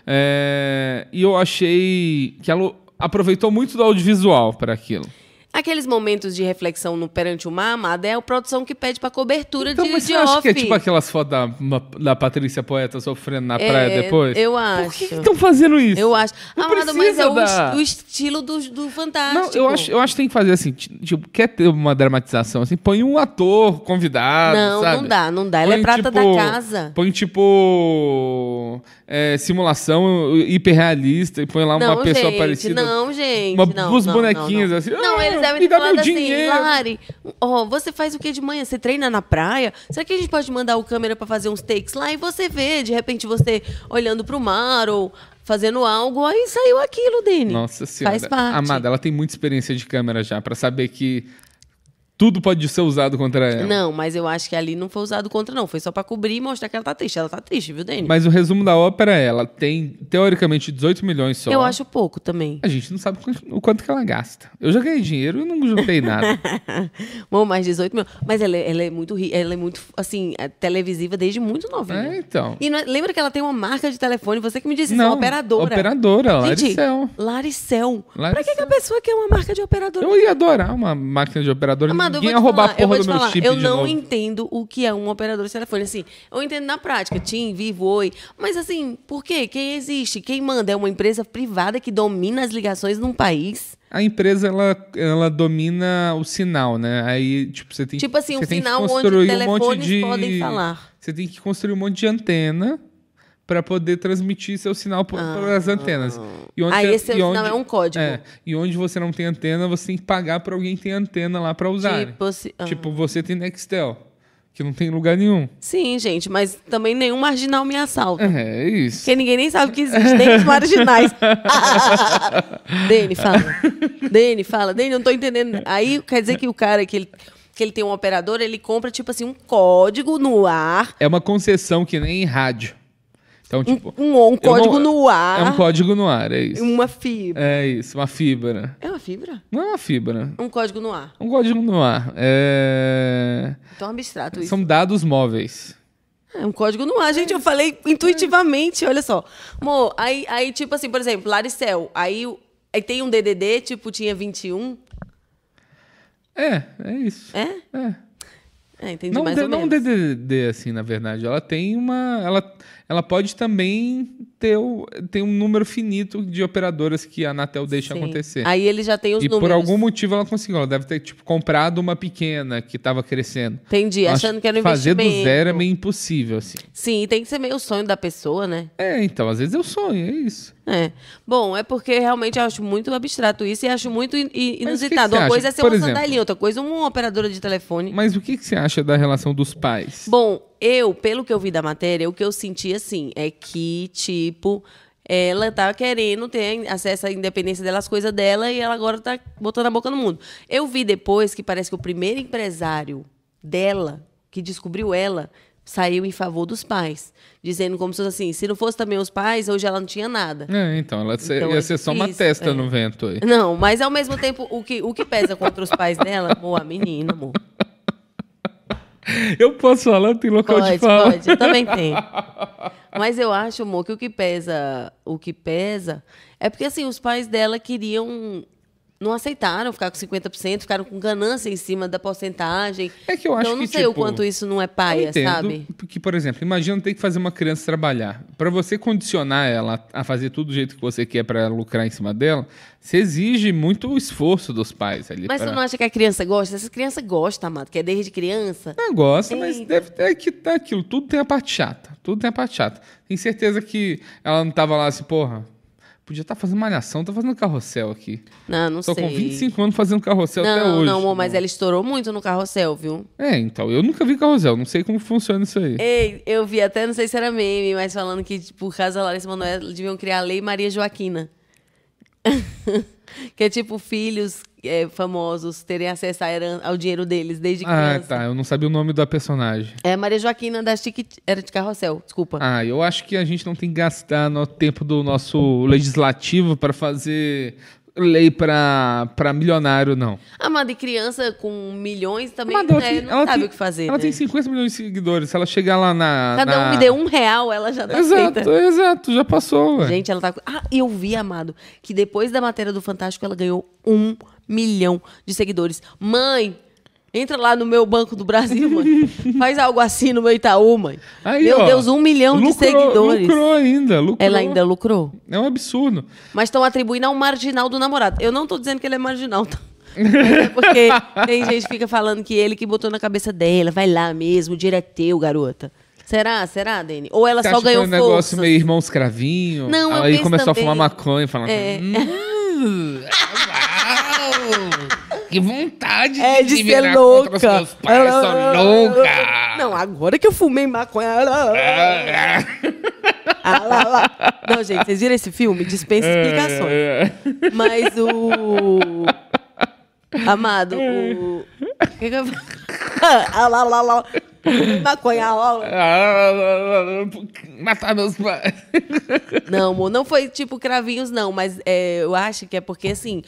S3: É, e eu achei que ela aproveitou muito do audiovisual para aquilo.
S1: Aqueles momentos de reflexão no perante o mar, amada, é a produção que pede pra cobertura
S3: Então,
S1: de,
S3: mas você
S1: de
S3: acha
S1: off.
S3: que é tipo aquelas fotos da, da Patrícia Poeta sofrendo na praia depois?
S1: É, Eu
S3: Por
S1: acho.
S3: que estão fazendo isso?
S1: Eu acho.
S3: Não
S1: Amada, mas é
S3: precisa
S1: o,
S3: da-
S1: es- o estilo do, do
S3: Não,
S1: Fantástico.
S3: eu acho, eu acho que tem que fazer assim, ti- tipo, quer ter uma dramatização assim, põe um ator convidado,
S1: Não,
S3: sabe?
S1: não dá, não dá. Ela
S3: Põe,
S1: é prata
S3: tipo,
S1: da casa.
S3: Põe tipo é, simulação hiperrealista e põe lá uma
S1: não,
S3: pessoa
S1: gente,
S3: parecida.
S1: Não, gente.
S3: Uma-
S1: não,
S3: duas
S1: não,
S3: bonequinhas
S1: não, não.
S3: assim,
S1: Não,
S3: "Ah,
S1: eles
S3: me
S1: devem ter
S3: dá meu
S1: falado assim,
S3: dinheiro."
S1: Lari, ó, você faz o que de manhã? Você treina na praia? Será que a gente pode mandar o câmera pra fazer uns takes lá e você vê, de repente, você olhando pro mar ou fazendo algo, aí saiu aquilo, Dani.
S3: Nossa senhora.
S1: Faz parte.
S3: Amada, ela tem muita experiência de câmera já pra saber que tudo pode ser usado contra ela.
S1: Não, mas eu acho que ali não foi usado contra, não. Foi só pra cobrir e mostrar que ela tá triste. Ela tá triste, viu, Dani?
S3: Mas o resumo da ópera é, ela tem teoricamente 18 milhões só.
S1: Eu acho pouco também.
S3: A gente não sabe quant- o quanto que ela gasta. Eu já ganhei dinheiro e não juntei nada.
S1: Bom, mais 18 mil. Mas ela, é- ela é muito ri- ela é muito, assim, é televisiva desde muito novinha.
S3: é, então.
S1: E não é- lembra que ela tem uma marca de telefone? Você que me disse isso,
S3: Não,
S1: uma operadora.
S3: Operadora,
S1: Gente,
S3: Laricel.
S1: Laricel. Pra que,
S3: Laricel.
S1: que a pessoa quer uma marca de operadora?
S3: Eu ia adorar uma máquina de operadora.
S1: Amado,
S3: Ninguém
S1: eu
S3: ia
S1: vou te
S3: roubar
S1: falar,
S3: a
S1: eu
S3: porra
S1: vou
S3: do
S1: te
S3: meu
S1: falar,
S3: chip
S1: Eu
S3: de
S1: não
S3: novo.
S1: entendo o que é um operador de telefone. Assim, eu entendo na prática, Tim, Vivo, Oi. Mas assim, por quê? Quem existe? Quem manda? É uma empresa privada que domina as ligações num país?
S3: A empresa, ela, ela domina o sinal, né? Aí, tipo, você tem
S1: Tipo assim, um
S3: você tem que
S1: sinal onde
S3: construir um monte
S1: telefones
S3: de-
S1: podem falar.
S3: Você tem que construir um monte de antena para poder transmitir seu sinal para as antenas. E
S1: Ah. Aí
S3: você-
S1: esse
S3: e
S1: sinal é um código.
S3: é, e onde você não tem antena, você tem que pagar para alguém ter antena lá para usar.
S1: Tipo, assim, ah.
S3: Tipo, você tem Nextel, que não tem em lugar nenhum.
S1: Sim, gente, mas também nenhum marginal me assalta.
S3: É, é isso.
S1: Porque ninguém nem sabe que existe, nem os marginais. Dene, fala. Dene, fala. Dene, eu não tô entendendo. Aí quer dizer que o cara que ele, que ele tem um operador, ele compra, tipo assim, um código no ar.
S3: É uma concessão que nem rádio. Então,
S1: Um,
S3: tipo,
S1: um, um código no
S3: é um
S1: ar.
S3: código no ar, é isso.
S1: Uma fibra.
S3: É isso, uma fibra.
S1: É uma fibra?
S3: Não é uma fibra.
S1: Um código no ar.
S3: É Um código no ar. É...
S1: Então abstrato isso.
S3: São dados móveis.
S1: É um código no ar, gente. Eu falei intuitivamente, olha só. Amor, aí, aí tipo assim, por exemplo, Laricel. Aí, o- aí tem um DDD, tipo, tinha 21.
S3: É, é isso.
S1: É?
S3: É.
S1: É, entendi
S3: Não,
S1: mais
S3: de-
S1: ou
S3: não
S1: menos.
S3: DDD, assim, na verdade. Ela tem uma. Ela, ela pode também ter o, tem um número finito de operadoras que a Anatel deixa
S1: Sim.
S3: acontecer.
S1: Aí ele já tem os
S3: e
S1: números.
S3: por algum motivo ela conseguiu. Ela deve ter, tipo, comprado uma pequena que estava crescendo.
S1: Entendi,
S3: Acho
S1: achando que era um
S3: Fazer do
S1: investimento.
S3: zero é meio impossível, assim.
S1: Sim, tem que ser meio o sonho da pessoa, né?
S3: É, então, às vezes eu sonho, é isso.
S1: É. Bom, é porque realmente eu acho muito abstrato isso e acho muito in-
S3: Mas
S1: in-
S3: o que que
S1: inusitado.
S3: você
S1: Uma
S3: acha?
S1: coisa é ser
S3: Por
S1: uma
S3: exemplo.
S1: sandalinha, outra coisa é uma operadora de telefone.
S3: Mas o que, que você acha da relação dos pais?
S1: Bom, eu, pelo que eu vi da matéria, o que eu senti, assim, é que, tipo, ela tá querendo ter acesso à independência dela, às coisas dela, e ela agora tá botando a boca no mundo. Eu vi depois que parece que o primeiro empresário dela, que descobriu ela, saiu em favor dos pais. Dizendo como se fosse assim, se não fosse também os pais, hoje ela não tinha nada.
S3: É, então, ela se-
S1: Então,
S3: ia
S1: é
S3: ser só uma
S1: difícil,
S3: testa
S1: é.
S3: no vento aí.
S1: Não, mas ao mesmo tempo, o que, o que pesa contra os pais dela, amor, a menina, amor.
S3: Eu posso falar, tem local de
S1: Pode,
S3: fala.
S1: pode, eu também tenho. Mas eu acho, amor, que o que pesa, o que pesa é porque assim, os pais dela queriam não aceitaram ficar com 50%, ficaram com ganância em cima da porcentagem.
S3: É que eu acho
S1: então, não
S3: que,
S1: sei o
S3: tipo,
S1: quanto isso não é
S3: Eu
S1: paia,
S3: entendo
S1: sabe?
S3: que, por exemplo, imagina ter que fazer uma criança trabalhar. Pra você condicionar ela a fazer tudo do jeito que você quer pra lucrar em cima dela, você exige muito esforço dos pais ali.
S1: Mas
S3: pra...
S1: você não é acha que a criança gosta? Essa criança gosta, amado, que é desde criança.
S3: Ah, gosta, mas
S1: Eita.
S3: deve ter que tá aquilo. Tudo tem a parte chata. Tudo tem a parte chata. Tenho certeza que ela não tava lá assim, porra, podia estar fazendo malhação, tá fazendo carrossel aqui.
S1: Não, não
S3: Tô
S1: sei.
S3: com 25 anos fazendo carrossel até
S1: não,
S3: hoje.
S1: não, amor, mas é ela estourou muito no carrossel, viu?
S3: É, então, eu nunca vi carrossel, não sei como funciona isso aí.
S1: Ei, eu vi até, não sei se era meme, mas falando que por causa da Larissa Manoela deviam criar a Lei Maria Joaquina. que é tipo filhos é, famosos terem acesso à heran- ao dinheiro deles desde
S3: Ah,
S1: criança.
S3: tá, eu não sabia o nome da personagem.
S1: É Maria Joaquina da Chiquit... Era de Carrossel, desculpa.
S3: Ah, eu acho que a gente não tem que gastar no tempo do nosso legislativo para fazer lei pra, pra milionário, não.
S1: Ah, mas de criança com milhões também
S3: Mas ela
S1: né,
S3: tem-
S1: não
S3: ela
S1: sabe
S3: tem-
S1: o que fazer.
S3: Ela
S1: né?
S3: tem 50 milhões de seguidores. Se ela chegar lá na.
S1: Cada
S3: na-
S1: um me deu um real, ela já tá
S3: Exato,
S1: feita.
S3: exato, já passou, ué.
S1: Gente, ela tá. com- Ah, eu vi, amado, que depois da matéria do Fantástico ela ganhou um milhão de seguidores. Mãe, entra lá no meu Banco do Brasil, mãe. Faz algo assim no meu Itaú, mãe.
S3: Aí,
S1: meu
S3: ó,
S1: Deus, um milhão de
S3: lucrou-
S1: seguidores.
S3: Lucrou ainda, lucrou.
S1: Ela ainda lucrou.
S3: É um absurdo.
S1: Mas estão atribuindo ao marginal do namorado. Eu não tô dizendo que ele é marginal, tá? Mas é porque tem gente que fica falando que ele que botou na cabeça dela, vai lá mesmo, o dinheiro é teu, garota. Será? Será, Dani? Ou ela
S3: Você
S1: Tá só
S3: acha que
S1: ganhou
S3: é um negócio
S1: força?
S3: meio irmão escravinho.
S1: Não, eu
S3: Aí
S1: penso
S3: começou
S1: também.
S3: a fumar maconha e falar.
S1: É.
S3: "Hum, uau, que vontade
S1: É de
S3: se
S1: ser
S3: virar
S1: louca.
S3: contra os meus pais, eu sou louca. É.
S1: Não, é. agora que eu fumei maconha. Ah, lá, lá. Não, gente, vocês viram esse filme? Dispensa
S3: É.
S1: explicações. Mas o. Amado, o. o que que eu- Ah, lá, lá, lá. Fumei Maconha, lá, lá.
S3: Matar meus pais.
S1: Não, amor, não foi tipo cravinhos, não, mas é, eu acho que é porque assim.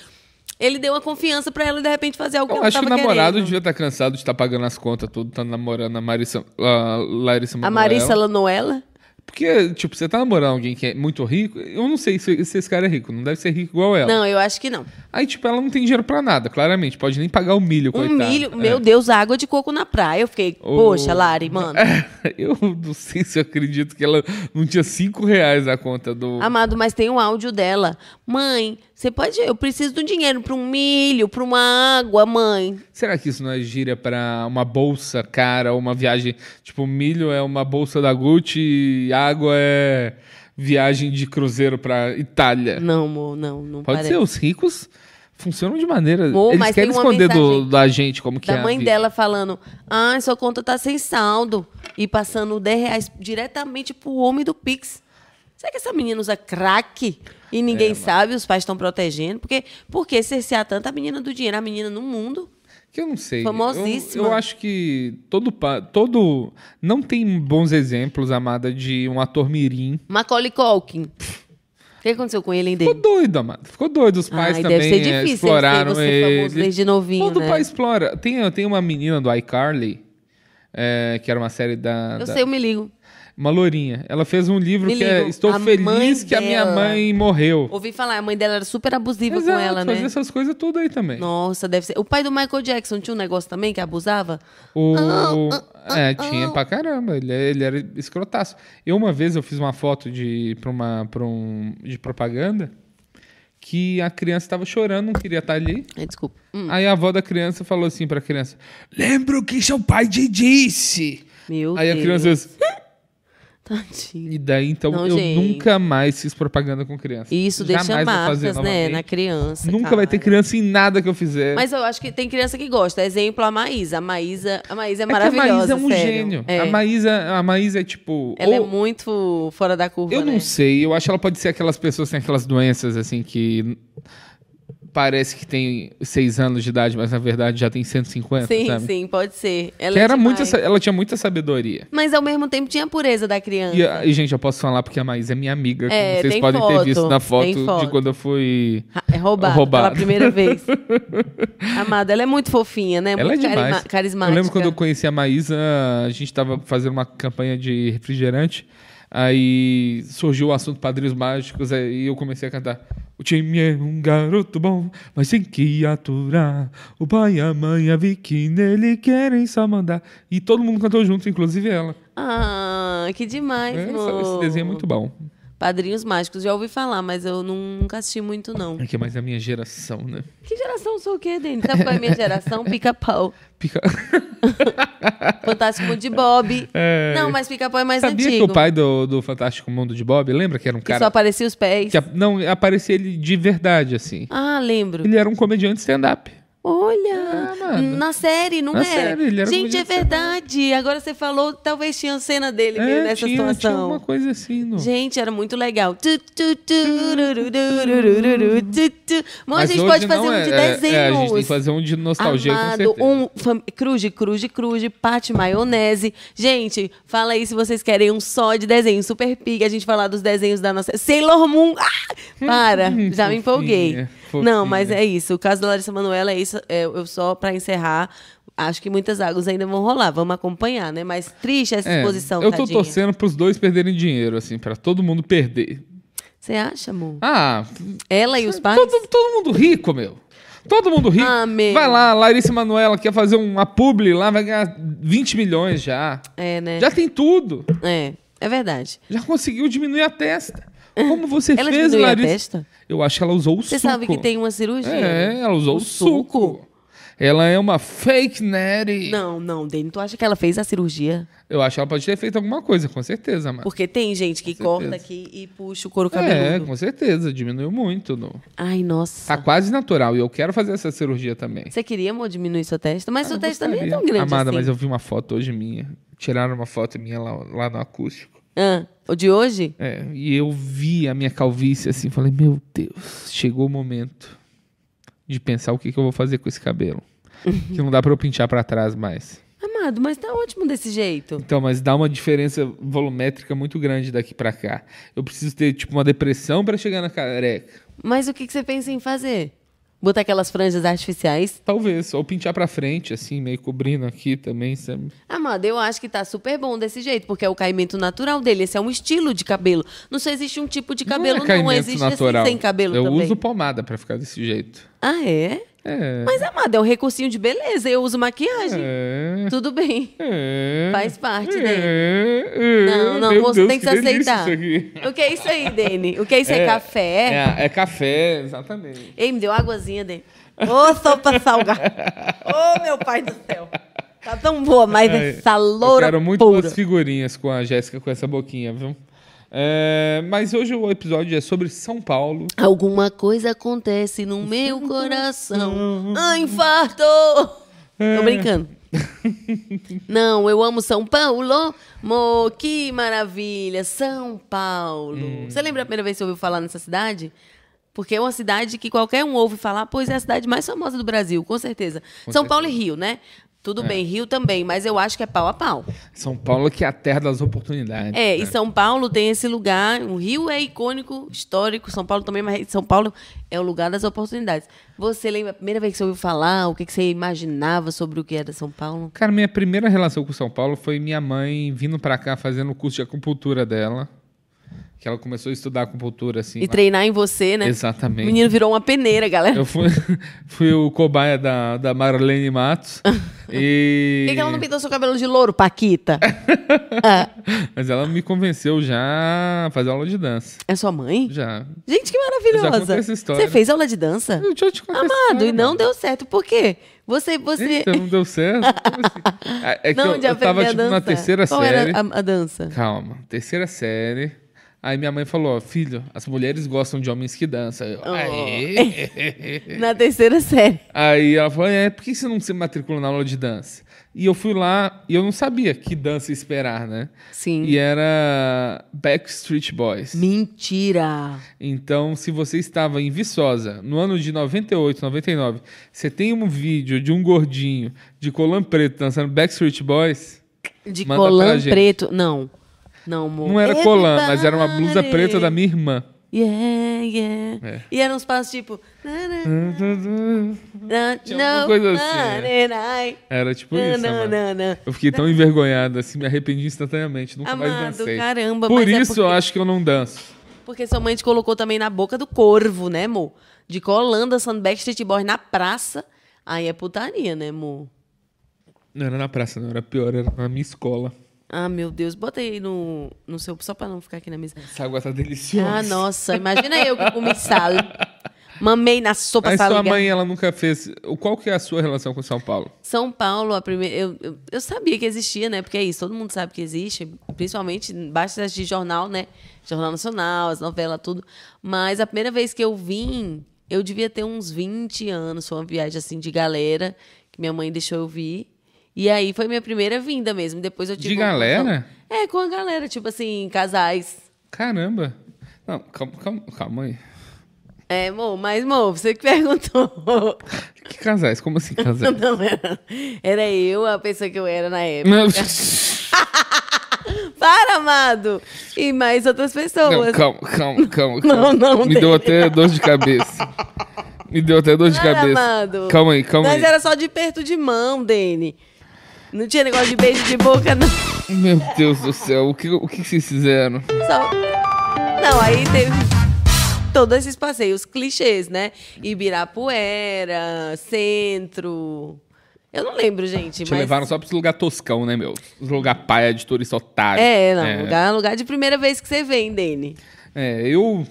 S1: Ele deu uma confiança pra ela de repente fazer algo que
S3: Eu
S1: ela
S3: acho que o
S1: tava
S3: namorado
S1: querendo.
S3: devia estar cansado de estar pagando as contas tudo, tá namorando a Marissa, a Larissa
S1: A
S3: Manoela.
S1: Marissa é Lanoela?
S3: Porque, tipo, você tá namorando alguém que é muito rico, eu não sei se, se esse cara é rico, não deve ser rico igual ela.
S1: Não, eu acho que não.
S3: Aí, tipo, ela não tem dinheiro pra nada, claramente, pode nem pagar o milho,
S1: Um
S3: coitado. É.
S1: milho, meu Deus, água de coco na praia. Eu fiquei,
S3: O-
S1: poxa, Lari, mano.
S3: É, Eu não sei se eu acredito que ela não tinha cinco reais na conta do...
S1: Amado, mas tem um áudio dela. Mãe, você pode. Eu preciso de um dinheiro pra um milho, pra uma água, mãe.
S3: Será que isso não é gíria pra uma bolsa cara ou uma viagem? Tipo, milho é uma bolsa da Gucci e água é viagem de cruzeiro pra Itália.
S1: Não, amor, não, não
S3: Pode
S1: parece.
S3: ser, os ricos funcionam de maneira.
S1: Mô,
S3: eles
S1: mas
S3: querem
S1: tem uma
S3: esconder do,
S1: mensagem
S3: da gente como que é.
S1: da
S3: a
S1: mãe
S3: vida.
S1: dela falando: Ah, sua conta tá sem saldo. E passando 10 reais diretamente pro homem do Pix. Será que essa menina usa crack? E ninguém
S3: É,
S1: sabe, os pais estão protegendo. Porque, por que cercear tanto a menina do dinheiro? A menina no mundo.
S3: Que eu não sei.
S1: Famosíssima.
S3: Eu, eu acho que todo pa- todo não tem bons exemplos, amada, de um ator mirim.
S1: Macaulay Culkin. O que aconteceu com ele, hein,
S3: Ficou
S1: Dani?
S3: doido, amada. Ficou doido. Os pais
S1: Ai,
S3: também
S1: deve ser
S3: eh,
S1: difícil ele
S3: exploraram
S1: ser você famoso
S3: ele.
S1: desde novinho,
S3: Todo
S1: né?
S3: pai explora. Tem, tem uma menina do iCarly, eh, que era uma série da,
S1: Eu
S3: da-
S1: sei, eu me ligo.
S3: Uma lourinha. Ela fez um livro
S1: Me
S3: que é
S1: ligo.
S3: Estou
S1: A mãe
S3: Feliz que a Minha
S1: dela.
S3: Mãe Morreu.
S1: Ouvi falar, a mãe dela era super abusiva
S3: Exato,
S1: com ela, né?
S3: fazia assim. essas coisas tudo aí também.
S1: Nossa, deve ser. O pai do Michael Jackson tinha um negócio também que abusava?
S3: O...
S1: Ah,
S3: é, tinha pra caramba. Ele, é, ele era escrotaço. Eu, uma vez, eu fiz uma foto de, pra uma, pra um, de propaganda que a criança tava chorando, não queria estar ali.
S1: Ai, desculpa. Hum,
S3: Aí a avó da criança falou assim pra criança, lembra o que seu pai te disse?
S1: Meu
S3: aí a
S1: Deus.
S3: criança disse,
S1: Tadinho.
S3: e daí, então,
S1: Não,
S3: eu
S1: gente.
S3: nunca mais fiz propaganda com criança.
S1: E isso
S3: Jamais
S1: deixa
S3: vou fazer
S1: marcas, né,
S3: novamente.
S1: na criança.
S3: Nunca
S1: cara.
S3: vai ter criança em nada que eu fizer.
S1: Mas eu acho que tem criança que gosta. Exemplo, a Maísa. A Maísa, a Maísa é,
S3: É que
S1: maravilhosa.
S3: a Maísa é um
S1: sério.
S3: gênio.
S1: É.
S3: A, Maísa, a Maísa é tipo...
S1: Ela é
S3: ou-
S1: muito fora da curva.
S3: Eu não
S1: né?
S3: sei, eu acho que ela pode ser aquelas pessoas que têm aquelas doenças assim que parece que tem 6 anos de idade, mas na verdade já tem 150,
S1: Sim,
S3: né, sabe?
S1: sim, pode ser. Ela
S3: Que
S1: é
S3: era
S1: demais.
S3: muita, sa- ela tinha muita sabedoria.
S1: Mas ao mesmo tempo tinha a pureza da criança.
S3: E, a- e, gente, eu posso falar porque a Maísa é minha amiga, como
S1: Uhum. É,
S3: vocês
S1: tem
S3: podem
S1: foto,
S3: ter visto na
S1: tem
S3: foto,
S1: foto.
S3: de quando eu fui.
S1: Ra- É roubado,
S3: Roubado.
S1: pela primeira vez. Amada, ela é muito fofinha, né?
S3: ela é
S1: muito carima-
S3: demais.
S1: carismática.
S3: Eu lembro quando eu conheci a Maísa, a gente tava fazendo uma campanha de refrigerante. Aí surgiu o assunto Padrinhos Mágicos, aí eu comecei a cantar. O time é um garoto bom, mas tem que aturar. O pai e a mãe, a Vicky, nele querem só mandar. E todo mundo cantou junto, inclusive ela.
S1: Ah, que demais,
S3: É, essa-
S1: amor.
S3: esse desenho é muito bom.
S1: Padrinhos Mágicos, já ouvi falar, mas eu nunca assisti muito, não.
S3: É que é mais da minha geração, né?
S1: Que geração sou o quê, Dani? Sabe qual é a minha geração? Pica-pau.
S3: Pica-
S1: Fantástico Mundo de Bob.
S3: É.
S1: Não, mas Pica-pau é mais
S3: Sabia
S1: antigo.
S3: que o pai do, do Fantástico Mundo de Bob, lembra que era um
S1: que só
S3: cara.
S1: aparecia os pés.
S3: Que, a- não, aparecia ele de verdade, assim.
S1: Ah, lembro.
S3: Ele era um comediante stand-up.
S1: Olha!
S3: É, mano.
S1: na série, não
S3: Na
S1: era?
S3: série, ele era
S1: Gente,
S3: bonito,
S1: é verdade. Agora você falou, talvez tinha cena dele
S3: É,
S1: mesmo nessa
S3: tinha,
S1: situação.
S3: tinha alguma coisa assim. No...
S1: Gente, era muito legal. Tu, tu, tururururururu, tu, tu. Mas a gente
S3: Hum. hoje
S1: pode
S3: não
S1: fazer um de
S3: é, é, é, a gente tem que
S1: desenhos.
S3: fazer um de nostalgia, com
S1: Amado,
S3: certeza.
S1: um fam... cruze, cruze, cruze, pate maionese. Gente, fala aí se vocês querem um só de desenho, super pig, a gente falar dos desenhos da nossa Sailor Moon. Ah! Para,
S3: Hum,
S1: já me empolguei.
S3: fofinha. fofinha.
S1: Não, mas é isso. O caso da Larissa Manoela é isso. É, eu só, pra encerrar, acho que muitas águas ainda vão rolar. Vamos acompanhar, né? Mas triste essa
S3: É,
S1: exposição,
S3: Eu tô
S1: tadinha.
S3: torcendo pros dois perderem dinheiro, assim, pra todo mundo perder.
S1: Você acha, amor?
S3: Ah,
S1: Ela e os pais?
S3: todo, todo mundo rico, meu. Todo mundo rico.
S1: Ah, meu.
S3: Vai lá, Larissa Manoela quer fazer uma publi lá, vai ganhar 20 milhões já.
S1: É, né?
S3: Já tem tudo.
S1: É, é verdade.
S3: Já conseguiu diminuir a testa. Como você
S1: Ela
S3: fez,
S1: diminuiu a
S3: Larissa?
S1: testa?
S3: Eu acho que ela usou o
S1: Você
S3: suco.
S1: sabe que tem uma cirurgia?
S3: É, ela usou
S1: O
S3: o, suco.
S1: suco.
S3: Ela é uma fake nerd.
S1: Não, não, Dani, tu acha que ela fez a cirurgia?
S3: Eu acho que ela pode ter feito alguma coisa, com certeza, mano.
S1: Porque tem gente que
S3: Ah, Com
S1: corta
S3: certeza.
S1: aqui e puxa o couro
S3: É,
S1: cabeludo.
S3: com certeza, diminuiu muito. No...
S1: Ai,
S3: Tá
S1: nossa.
S3: quase natural e eu quero fazer essa cirurgia também.
S1: Você queria, amor, diminuir sua testa? Mas sua
S3: Eu
S1: testa nem
S3: Ah,
S1: é
S3: gostaria.
S1: tão grande
S3: Amada,
S1: assim.
S3: mas eu vi uma foto hoje minha. Tiraram uma foto minha lá, lá no acústico.
S1: Ah, o de hoje?
S3: É, e eu vi a minha calvície assim, falei, meu Deus, chegou o momento de pensar o que, que eu vou fazer com esse cabelo. que não dá pra eu pintar pra trás mais.
S1: Amado, mas tá ótimo desse jeito.
S3: Então, mas dá uma diferença volumétrica muito grande daqui pra cá. Eu preciso ter, tipo, uma depressão pra chegar na careca.
S1: Mas o que, que você pensa em fazer? Botar aquelas franjas artificiais?
S3: Talvez, ou pintar pra frente, assim, meio cobrindo aqui também, é sabe?
S1: Amado, eu acho que tá super bom desse jeito, porque é o caimento natural dele. Esse é um estilo de cabelo. Não só existe um tipo de cabelo, não.
S3: é caimento
S1: existe assim sem cabelo
S3: Eu
S1: também.
S3: uso pomada pra ficar desse jeito.
S1: Ah, é?
S3: É.
S1: Mas, amado, é um recursinho de beleza. Eu uso maquiagem.
S3: É.
S1: Tudo bem.
S3: é,
S1: Faz parte
S3: é,
S1: né? dele.
S3: é,
S1: Não, não,
S3: meu
S1: você
S3: Deus,
S1: tem que se
S3: delícia
S1: aceitar.
S3: isso aqui.
S1: O que é isso aí, Dene? O que é isso? É, café?
S3: Hum. É, é café, exatamente.
S1: Ei, me deu águazinha, Dene. Ô, sopa salgada. Ô, meu pai do céu. Tá tão boa, mas
S3: Ai,
S1: essa
S3: É. Eu
S1: loura
S3: quero muito
S1: pura.
S3: boas figurinhas com a Jéssica com essa boquinha, viu? É, mas hoje o episódio é sobre São Paulo.
S1: Alguma coisa acontece no meu coração. Ah, infarto! Tô brincando. Não, eu amo São Paulo. Mo, que maravilha! São Paulo. Você lembra a primeira vez que você ouviu falar nessa cidade? Porque é uma cidade que qualquer um ouve falar, pois é a cidade mais famosa do Brasil, com certeza. São Paulo e Rio, né? Tudo bem, Rio também, mas eu acho que é pau a pau.
S3: São Paulo que é a terra das oportunidades. né?
S1: É, e São Paulo tem esse lugar. O Rio é icônico, histórico. São Paulo também, mas São Paulo é o lugar das oportunidades. Você lembra a primeira vez que você ouviu falar? O que, que você imaginava sobre o que era São Paulo?
S3: Cara, minha primeira relação com São Paulo foi minha mãe vindo pra cá fazendo o curso de acupuntura dela. Que ela começou a estudar acupuntura, assim.
S1: E
S3: lá.
S1: treinar em você, né? O
S3: Exatamente.
S1: menino virou uma peneira, galera.
S3: Eu fui, fui o cobaia da, da Marlene Matos. e...
S1: Por que, que ela não pintou seu cabelo de louro, Paquita? Ah,
S3: Mas ela me convenceu já a fazer aula de dança.
S1: é sua mãe?
S3: Já.
S1: Gente, que
S3: Eu já
S1: maravilhosa.
S3: contei essa história.
S1: Você fez aula de dança?
S3: Eu já te contei essa
S1: Amado,
S3: história,
S1: e não
S3: mano.
S1: deu certo. Por quê? Você. você...
S3: Eita, não deu certo? Como assim? É é que eu,
S1: de
S3: eu tava
S1: aprender a
S3: tipo, na
S1: dança.
S3: terceira
S1: Qual
S3: série.
S1: era a- a dança?
S3: Calma, terceira série. Aí minha mãe falou, ó, filho, as mulheres gostam de homens que dançam. Eu,
S1: Oh.
S3: "Aê."
S1: Na terceira série.
S3: Aí ela falou, é, por que você não se matricula na aula de dança? E eu fui lá e eu não sabia que dança esperar, né?
S1: Sim.
S3: E é- era Backstreet Boys.
S1: Mentira!
S3: Então, se você estava em Viçosa no ano de 98, 99, você tem um vídeo de um gordinho de colã preto dançando Backstreet Boys,
S1: De
S3: Manda pra
S1: colã
S3: gente.
S1: preto. Não. Não, amor.
S3: não era colã, mas era uma
S1: Everybody.
S3: blusa preta da minha irmã.
S1: Yeah, yeah.
S3: É. Hum.
S1: E eram uns passos tipo. na, na, na,
S3: Tinha alguma
S1: no,
S3: coisa assim,
S1: na, na, na,
S3: Era tipo
S1: na,
S3: isso,
S1: na,
S3: mano.
S1: na, na.
S3: Eu fiquei tão envergonhado, assim, me arrependi instantaneamente, nunca mais
S1: Amado,
S3: dancei.
S1: caramba,
S3: Por
S1: mas é
S3: isso eu
S1: porque-
S3: acho que eu não danço.
S1: Porque sua mãe te colocou também na boca do corvo, né, amor? De colã dançando Backstreet Boys na praça. Aí é putaria, né, amor?
S3: Não era na praça, não, era pior, era na minha escola.
S1: Ah, meu Deus. Bota aí no, no seu. Só pra não ficar aqui na mesa.
S3: Essa água tá deliciosa.
S1: Ah, nossa. Imagina eu que comi sal. Mamei na sopa
S3: Mas sua
S1: salgada.
S3: mãe, ela nunca fez. Qual que é a sua relação com São Paulo?
S1: São Paulo, a primeira. Eu, eu, eu sabia que existia, né? Porque é isso, todo mundo sabe que existe, principalmente basta assistir jornal, né? Jornal Nacional, as novelas, tudo. Mas a primeira vez que eu vim, eu devia ter uns 20 anos. Foi uma viagem assim de galera, que minha mãe deixou eu vir. E aí foi minha primeira vinda mesmo. Depois eu tive.
S3: De
S1: uma
S3: galera?
S1: relação- É, com a galera, tipo assim, casais.
S3: Caramba. Não, calma, calma, calma aí.
S1: É, amor, mas, amor, você que perguntou.
S3: Que casais? Como assim casais?
S1: Não, era, era eu a pessoa que eu era na época.
S3: Não,
S1: Para, amado! E mais outras pessoas.
S3: calma, calma, calma. calma.
S1: Não, não,
S3: Me deu até dor de cabeça. Me deu até dor de
S1: Não era,
S3: cabeça.
S1: Amado.
S3: Calma aí, calma
S1: Mas
S3: aí.
S1: era só de perto de mão, Dene. Não tinha negócio de beijo de boca, não.
S3: Meu Deus do céu, o que, o que vocês fizeram?
S1: Só- Não, aí teve todos esses passeios clichês, né? Ibirapuera, centro. Eu não lembro, gente.
S3: Te
S1: mas...
S3: levaram só pra esse lugar toscão, né, meu? Os lugar paia de turista otário.
S1: É, não. Lugar, lugar de primeira vez que você vem, Dene.
S3: É, eu.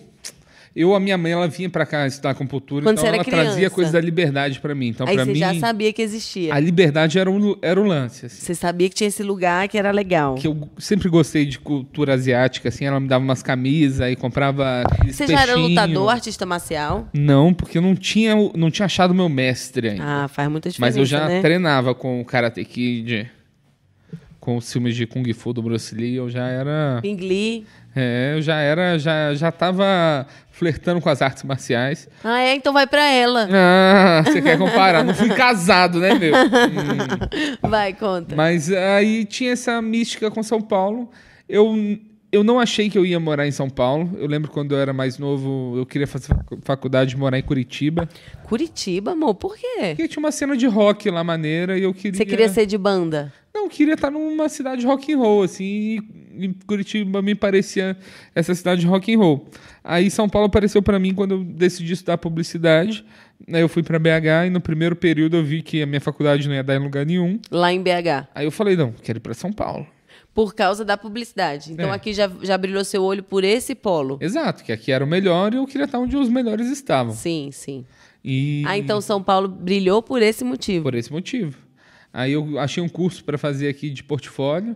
S3: Eu, a minha mãe, ela vinha pra cá estudar compultura,
S1: Quando
S3: então
S1: você era
S3: ela trazia
S1: criança.
S3: coisa da liberdade pra mim. Então,
S1: aí
S3: pra
S1: você
S3: mim,
S1: já sabia que existia.
S3: a liberdade era o era o lance. assim.
S1: Você sabia que tinha esse lugar que era legal.
S3: Que eu sempre gostei de cultura asiática, assim, ela me dava umas camisas e comprava. aqueles
S1: Você já era
S3: peixinhos.
S1: lutador, artista marcial?
S3: Não, porque eu não tinha, não tinha achado meu mestre ainda.
S1: Ah, faz muita diferença,
S3: Mas eu já
S1: né?
S3: treinava com o Karate Kid, com os filmes de Kung Fu do Bruce Lee, eu já era.
S1: Ping Lee.
S3: É, eu já era, já, já tava flertando com as artes marciais.
S1: Ah, é? Então vai pra ela.
S3: Ah, você quer comparar? Não fui casado, né, meu? Hum.
S1: Vai, conta.
S3: Mas aí tinha essa mística com São Paulo. Eu, eu não achei que eu ia morar em São Paulo. Eu lembro quando eu era mais novo, eu queria fazer facu- faculdade e morar em Curitiba.
S1: Curitiba, amor, por quê?
S3: Porque tinha uma cena de rock lá maneira e eu queria.
S1: Você queria ser de banda?
S3: Não, eu queria estar numa cidade rock and roll, assim, e e Curitiba me parecia essa cidade rock and roll. Aí São Paulo apareceu para mim quando eu decidi estudar publicidade. Aí eu fui para BH e no primeiro período eu vi que a minha faculdade não ia dar em lugar nenhum.
S1: Lá em BH.
S3: Aí eu falei, não, quero ir para São Paulo.
S1: Por causa da publicidade. Então
S3: É.
S1: aqui já, já brilhou seu olho por esse polo.
S3: Exato, que aqui era o melhor e eu queria estar onde os melhores estavam.
S1: Sim, sim.
S3: Então. E
S1: Ah, então São Paulo brilhou por esse motivo.
S3: por esse motivo. Aí eu achei um curso para fazer aqui de portfólio.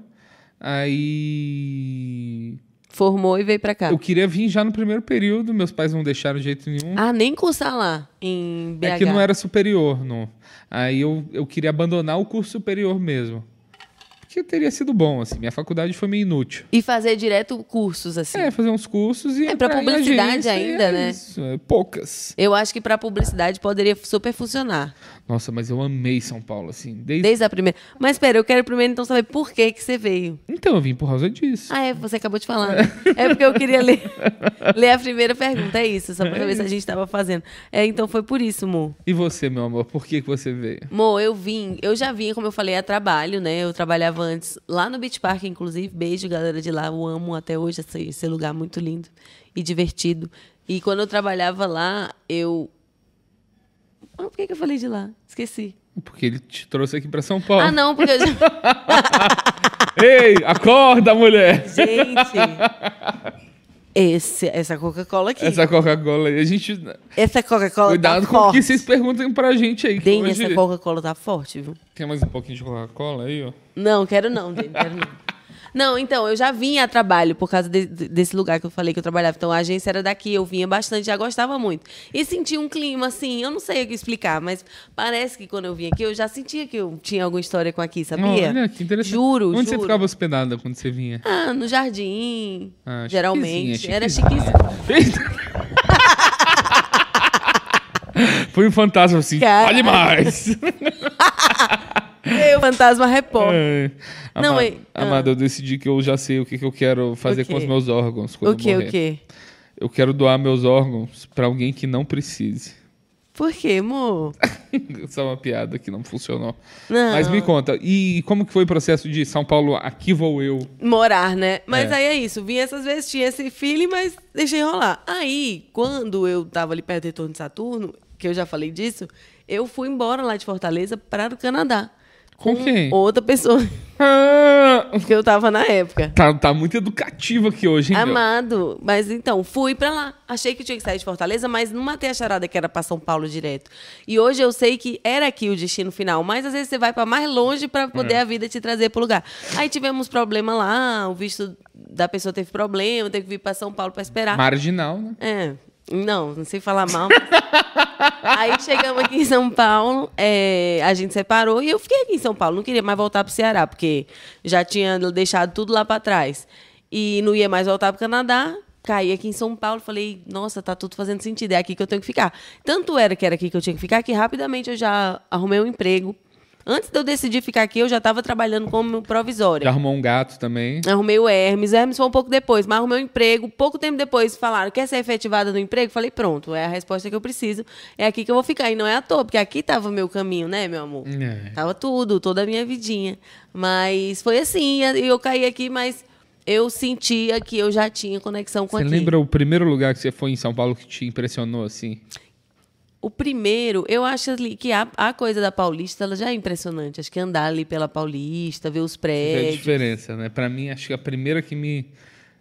S3: Aí
S1: Formou e veio pra cá.
S3: eu queria vir já no primeiro período, meus pais não deixaram de jeito nenhum.
S1: Ah, nem cursar lá em BH.
S3: é que não era superior, não. Aí eu, eu queria abandonar o curso superior mesmo. Porque teria sido bom, assim. Minha faculdade foi meio inútil.
S1: E fazer direto cursos, assim.
S3: É, fazer uns cursos e.
S1: É, pra
S3: atrair
S1: publicidade
S3: agência, e
S1: ainda,
S3: é
S1: né?
S3: Isso, é, poucas.
S1: Eu acho que pra publicidade poderia super funcionar.
S3: Nossa, mas eu amei São Paulo, assim. Desde
S1: Desde a primeira. Mas pera, eu quero primeiro então saber por que que você veio.
S3: Então, eu vim por causa disso.
S1: Ah, é, você acabou de falar. né? É porque eu queria ler, ler a primeira pergunta, é isso, só pra saber se a gente tava fazendo. É, então foi por isso, Mo.
S3: E você, meu amor, por que, que você veio?
S1: Mo, eu vim, eu já vim, como eu falei, a trabalho, né? Eu trabalhava antes lá no Beach Park, inclusive. Beijo, galera de lá. Eu amo até hoje esse, esse lugar muito lindo e divertido. E quando eu trabalhava lá, eu. Ah, por que, que eu falei de lá? Esqueci.
S3: Porque ele te trouxe aqui pra São Paulo.
S1: Ah, não, porque eu já.
S3: Ei, acorda, mulher!
S1: Gente! Esse, essa Coca-Cola aqui. Essa,
S3: Essa Coca-Cola aí, a gente...
S1: Coca-Cola
S3: Cuidado
S1: tá
S3: com o
S1: forte.
S3: que vocês perguntam pra gente aí. Que
S1: Dene,
S3: hoje...
S1: essa Coca-Cola tá forte, viu?
S3: Tem mais um pouquinho de Coca-Cola aí, ó.
S1: Não, quero não, Dene, quero não. Não, então, eu já vinha a trabalho por causa de- de- desse lugar que eu falei que eu trabalhava. Então, a agência era daqui, eu vinha bastante, já gostava muito. E senti um clima, assim, eu não sei o que explicar, mas parece que quando eu vim aqui, eu já sentia que eu tinha alguma história com aqui, sabia?
S3: Olha, que interessante.
S1: Juro,
S3: Onde você
S1: juro.
S3: ficava hospedada quando você vinha?
S1: Ah, no jardim,
S3: Ah,
S1: geralmente.
S3: chiquezinha,
S1: Era
S3: chiquezinha.
S1: chiquíssimo.
S3: Eita! Foi um fantasma assim.
S1: Cara.
S3: Olha mais!
S1: Meu fantasma repórter.
S3: É.
S1: Não,
S3: Ama-
S1: e- ah.
S3: Amada, eu decidi que eu já sei o que, que eu quero fazer com
S1: quê?
S3: os meus órgãos quando
S1: O quê,
S3: eu morrer.
S1: o quê?
S3: Eu quero doar meus órgãos pra alguém que não precise.
S1: Por quê, amor?
S3: Só uma piada que não funcionou.
S1: Não.
S3: Mas me conta, e como que foi o processo de São Paulo, aqui vou eu?
S1: Morar, né? Mas
S3: É.
S1: aí é isso. Vim essas vezes, tinha esse feeling, mas deixei rolar. Aí, quando eu tava ali perto do retorno de Saturno, que eu já falei disso, eu fui embora lá de Fortaleza para o Canadá.
S3: Com quem?
S1: Outra pessoa
S3: Ah!
S1: que eu tava na época.
S3: Tá, tá muito educativo aqui hoje, hein, meu?
S1: Amado. Mas então, fui pra lá. Achei que eu tinha que sair de Fortaleza, mas não matei a charada que era pra São Paulo direto. E hoje eu sei que era aqui o destino final, mas às vezes você vai pra mais longe pra poder a vida te trazer pro lugar. Aí tivemos problema lá, o visto da pessoa teve problema, teve que vir pra São Paulo pra esperar.
S3: Marginal, né?
S1: É. Não, não sei falar mal. mas- Aí chegamos aqui em São Paulo, é, a gente separou e eu fiquei aqui em São Paulo. Não queria mais voltar pro Ceará, porque já tinha deixado tudo lá para trás. E não ia mais voltar pro Canadá. Caí aqui em São Paulo, falei, nossa, tá tudo fazendo sentido, é aqui que eu tenho que ficar. Tanto era que era aqui que eu tinha que ficar, que rapidamente eu já arrumei um emprego Antes de eu decidir ficar aqui, eu já tava trabalhando como provisória.
S3: Já arrumou um gato também.
S1: Arrumei o Hermes. Hermes foi um pouco depois, mas arrumei um emprego. Pouco tempo depois falaram, quer ser efetivada no emprego? Falei, pronto, é a resposta que eu preciso. É aqui que eu vou ficar. E não é à toa, porque aqui tava o meu caminho, né, meu amor?
S3: É.
S1: Tava tudo, toda a minha vidinha. Mas foi assim, e eu caí aqui, mas eu sentia que eu já tinha conexão com
S3: Você
S1: aqui.
S3: lembra o primeiro lugar que você foi em São Paulo que te impressionou assim?
S1: O primeiro, eu acho ali que a, a coisa da Paulista, ela já é impressionante. Acho que andar ali pela Paulista, ver os
S3: É a
S1: prédios.
S3: diferença, né? Pra mim, acho que a primeira que me,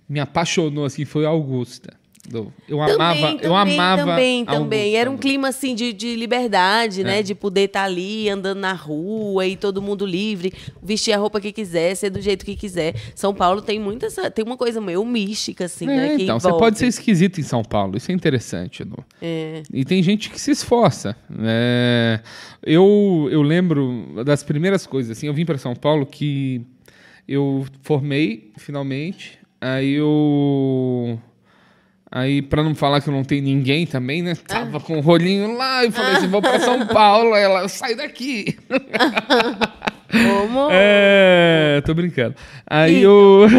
S3: me apaixonou assim foi a Augusta. Eu eu amava, eu amava
S1: Também,
S3: a
S1: também.
S3: Augusta. né? É.
S1: Era um clima assim de, de liberdade, né? De poder estar ali andando na rua e todo mundo livre, vestir a roupa que quiser, ser do jeito que quiser. São Paulo tem muita essa- tem uma coisa meio mística assim,
S3: É,
S1: né? Que
S3: então, você
S1: envolve.
S3: pode ser esquisito em São Paulo, isso é interessante. Lu.
S1: É.
S3: E tem gente que se esforça. né? eu, eu lembro das primeiras coisas, assim, eu vim para São Paulo que eu formei, finalmente, aí eu... Aí, pra não falar que eu não tenho ninguém também, né? Tava com o rolinho lá e falei assim, vou pra São Paulo. Aí ela, sai daqui.
S1: Como? Oh.
S3: É, tô brincando. Aí eu.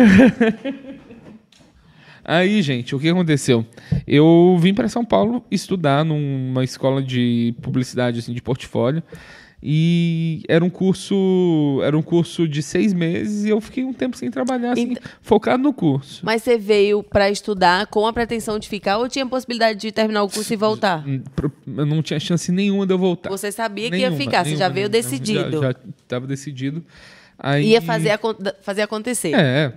S3: Aí, gente, o que aconteceu? Eu vim para São Paulo estudar numa escola de publicidade, assim, de portfólio. E era um curso. Era um curso de seis meses e eu fiquei um tempo sem trabalhar, assim,
S1: Então-
S3: focado no curso.
S1: Mas você veio pra estudar com a pretensão de ficar ou tinha a possibilidade de terminar o curso e voltar?
S3: Hum, pro- Eu não tinha chance nenhuma de eu voltar.
S1: Você sabia que
S3: Tá. Nenhuma,
S1: ia ficar, você já
S3: nenhuma,
S1: veio
S3: nenhuma.
S1: decidido.
S3: Já, já tava decidido. Aí-
S1: Ia fazer, acon- fazer acontecer.
S3: É,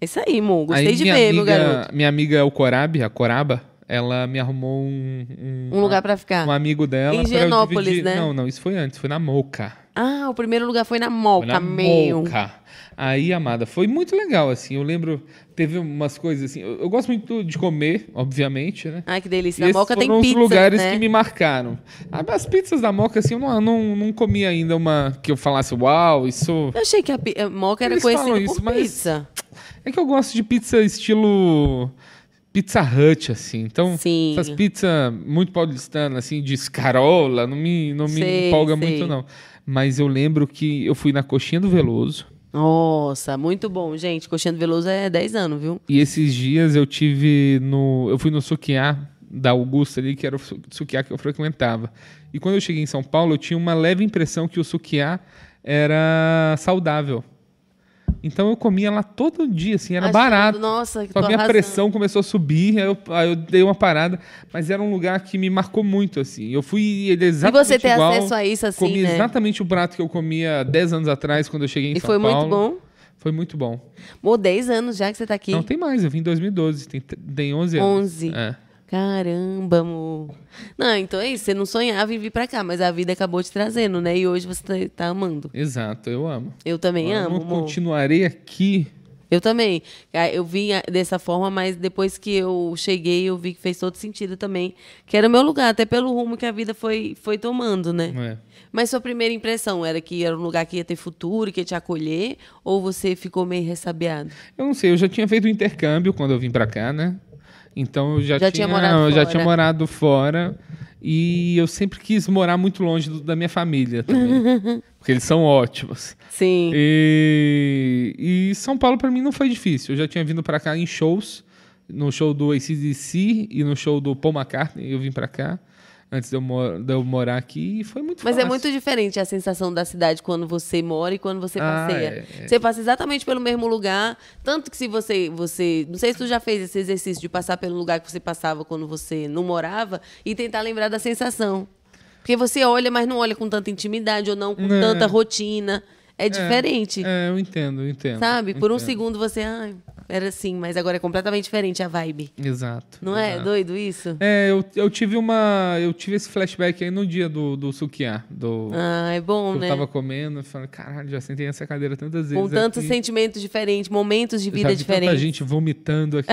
S1: É Isso aí, Mu. Gostei
S3: Aí
S1: de
S3: minha
S1: ver,
S3: amiga,
S1: meu garoto.
S3: Minha amiga, o Corabi, a Coraba, ela me arrumou um...
S1: Um lugar pra ficar.
S3: Um amigo dela.
S1: Em
S3: pra eu
S1: Higienópolis,
S3: dividir.
S1: né?
S3: Não, não, isso foi antes, foi na Moca.
S1: Ah, o primeiro lugar foi na
S3: Foi na
S1: Moca, meu.
S3: Moca. Aí, amada, foi muito legal, assim. Eu lembro, teve umas coisas assim... Eu, eu gosto muito de comer, obviamente, né?
S1: Ai, que
S3: E
S1: delícia. Na
S3: esses
S1: Moca tem
S3: foram os
S1: pizza,
S3: lugares
S1: né?
S3: que me marcaram. Ah, mas As pizzas da Moca, assim, eu não, não, não comi ainda uma que eu falasse, uau, isso...
S1: Eu achei que a, pi- a Moca era
S3: Eles
S1: conhecida
S3: falam isso,
S1: por
S3: mas-
S1: pizza.
S3: É que eu gosto de pizza estilo Pizza Hut, assim. Então,
S1: Sim.
S3: essas pizzas muito paulistanas, assim, de escarola, não me, não me
S1: Sei,
S3: empolga
S1: sei.
S3: muito, não. Mas eu lembro que eu fui na Coxinha do Veloso
S1: Nossa, muito bom, gente. Coxinha do Veloso é 10 anos, viu?
S3: e esses dias eu tive no... Eu fui no Sukiá da Augusta ali, que era o su- Sukiá que eu frequentava. E quando eu cheguei em São Paulo, eu tinha uma leve impressão que o Sukiá era saudável. Então eu comia lá todo dia, assim, era
S1: Achando-
S3: barato.
S1: Nossa, que
S3: Só
S1: tô
S3: que minha
S1: arrasando.
S3: pressão começou a subir, aí eu, aí eu dei uma parada. Mas era um lugar que me marcou muito, assim. Eu fui ele é
S1: E
S3: exatamente
S1: você ter
S3: igual.
S1: acesso a isso assim,
S3: comi
S1: né?
S3: exatamente o prato que eu comia 10 anos atrás, quando eu cheguei em
S1: E
S3: São
S1: foi
S3: Paulo.
S1: muito bom.
S3: Foi muito bom.
S1: Mô, 10 anos já que você tá aqui.
S3: Não tem mais, eu vim em 2012, tem, tem 11 anos.
S1: 11.
S3: É.
S1: Caramba, amor. Não, então é isso. Você não sonhava em vir pra cá, mas a vida acabou te trazendo, né? E hoje você tá- tá amando.
S3: Exato, eu amo.
S1: Eu também
S3: eu
S1: amo,
S3: não
S1: amor.
S3: continuarei aqui.
S1: Eu também. Ah, Eu vim ah, dessa forma, mas depois que eu cheguei, eu vi que fez todo sentido também. Que era o meu lugar, até pelo rumo que a vida foi, foi tomando, né?
S3: É.
S1: Mas sua primeira impressão era que era um lugar que ia ter futuro, que ia te acolher? Ou você ficou meio ressabiado?
S3: Eu não sei, eu já tinha feito o intercâmbio quando eu vim pra cá, né? Então eu já,
S1: Já tinha
S3: tinha,
S1: morado
S3: eu já
S1: fora.
S3: tinha morado fora e eu sempre quis morar muito longe do- da minha família também, porque eles são ótimos.
S1: Sim.
S3: E, e São Paulo pra mim não foi difícil. Eu já tinha vindo pra cá em shows, no show do ACDC e no show do Paul McCartney, eu vim pra cá antes de eu, mo- de eu morar aqui e foi muito
S1: Mas é
S3: fácil.
S1: muito diferente a sensação da cidade quando você mora e quando você
S3: Ah,
S1: passeia.
S3: é,
S1: Você passa exatamente pelo mesmo lugar, tanto que se você, você, não sei se tu já fez esse exercício de passar pelo lugar que você passava quando você não morava e tentar lembrar da sensação. Porque você olha, mas não olha com tanta intimidade ou não com
S3: Não.
S1: tanta rotina. É diferente.
S3: É, eu entendo, eu entendo.
S1: Sabe? Por um
S3: entendo.
S1: segundo você, ai, era assim, mas agora é completamente diferente a vibe.
S3: Exato.
S1: Não é?
S3: exato.
S1: Doido isso?
S3: É, eu, eu tive uma. Eu tive esse flashback aí no dia do, do sukiá. Do,
S1: Ah, é bom,
S3: que eu
S1: né?
S3: tava comendo, eu falei, caralho, já sentei nessa cadeira tantas vezes.
S1: Com tantos
S3: aqui,
S1: sentimentos diferentes, momentos de
S3: já
S1: vida
S3: vi
S1: diferentes.
S3: Tanta gente vomitando aqui.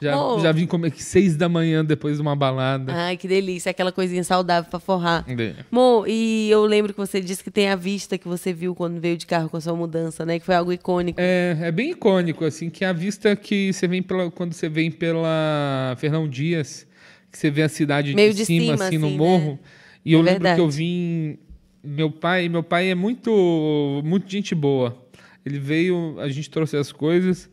S3: já,
S1: Pô.
S3: já vim comer aqui seis da manhã depois de uma balada.
S1: Ai, que delícia, aquela coisinha saudável pra forrar.
S3: É.
S1: Mo, e eu lembro que você disse que tem a vista que você viu quando veio de carro com a sua mudança, né? Que foi algo icônico.
S3: É, é bem icônico, assim, que a vista que você vem pela, quando você vem pela Fernão Dias, que você vê a cidade
S1: Meio
S3: de,
S1: de
S3: cima,
S1: cima,
S3: assim, no
S1: assim, né?
S3: morro. E
S1: É
S3: eu lembro que
S1: verdade.
S3: eu vim Meu pai, meu pai é muito, muito gente boa. Ele veio, a gente trouxe as coisas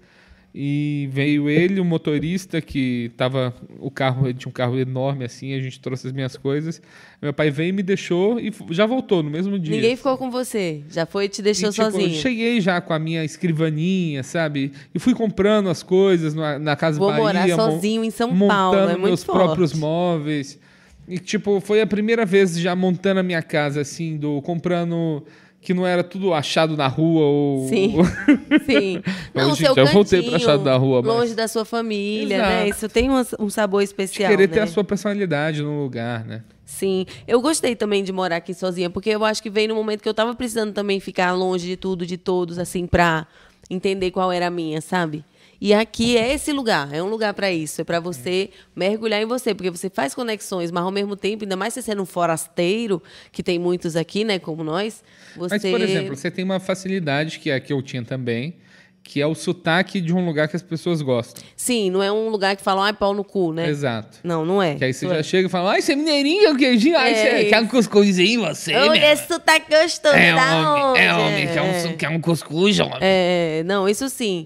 S3: e veio ele, o motorista que tava o carro, ele tinha um carro enorme assim, a gente trouxe as minhas coisas. Meu pai veio e me deixou e f- já voltou no mesmo dia.
S1: Ninguém ficou com você. Já foi e te
S3: E,
S1: deixou
S3: tipo,
S1: sozinho.
S3: Eu cheguei já com a minha escrivaninha, sabe? E fui comprando as coisas na, na Casa
S1: Vou
S3: Bahia.
S1: morar
S3: mon-
S1: sozinho em São
S3: montando
S1: Paulo. É muito
S3: meus
S1: forte.
S3: próprios móveis. E, tipo, foi a primeira vez já montando a minha casa, assim, do comprando que não era tudo achado na rua ou...
S1: Sim. Sim.
S3: Mas,
S1: Não, o
S3: gente,
S1: seu
S3: eu voltei pra
S1: cantinho,
S3: Chá da Rua, mas-
S1: Longe da sua família, né?
S3: Exato.
S1: Isso tem um, um sabor especial.
S3: querer
S1: né?
S3: ter a sua personalidade no lugar, né?
S1: Sim. Eu gostei também de morar aqui sozinha, porque eu acho que veio no momento que eu tava precisando também ficar longe de tudo, de todos, assim, pra entender qual era a minha, sabe? E aqui é esse lugar, é um lugar pra isso, é pra você mergulhar em você, porque você faz conexões, mas ao mesmo tempo, ainda mais se você sendo um forasteiro, que tem muitos aqui, né, como nós, você
S3: Mas, por exemplo, você tem uma facilidade que é a que eu tinha também, que é o sotaque de um lugar que as pessoas gostam.
S1: Sim, não é um lugar que fala, ai, pau no cu, né?
S3: Exato.
S1: Não, não é.
S3: Que aí você já chega e fala, ai, você é mineirinho, o queijinho, ai,
S1: É
S3: você
S1: isso.
S3: quer um cuscuzinho, você, meu?
S1: Olha esse sotaque gostoso,
S3: É
S1: da
S3: homem, é
S1: onde?
S3: homem, quer um, quer um cuscuz, jovem.
S1: É, não, isso sim.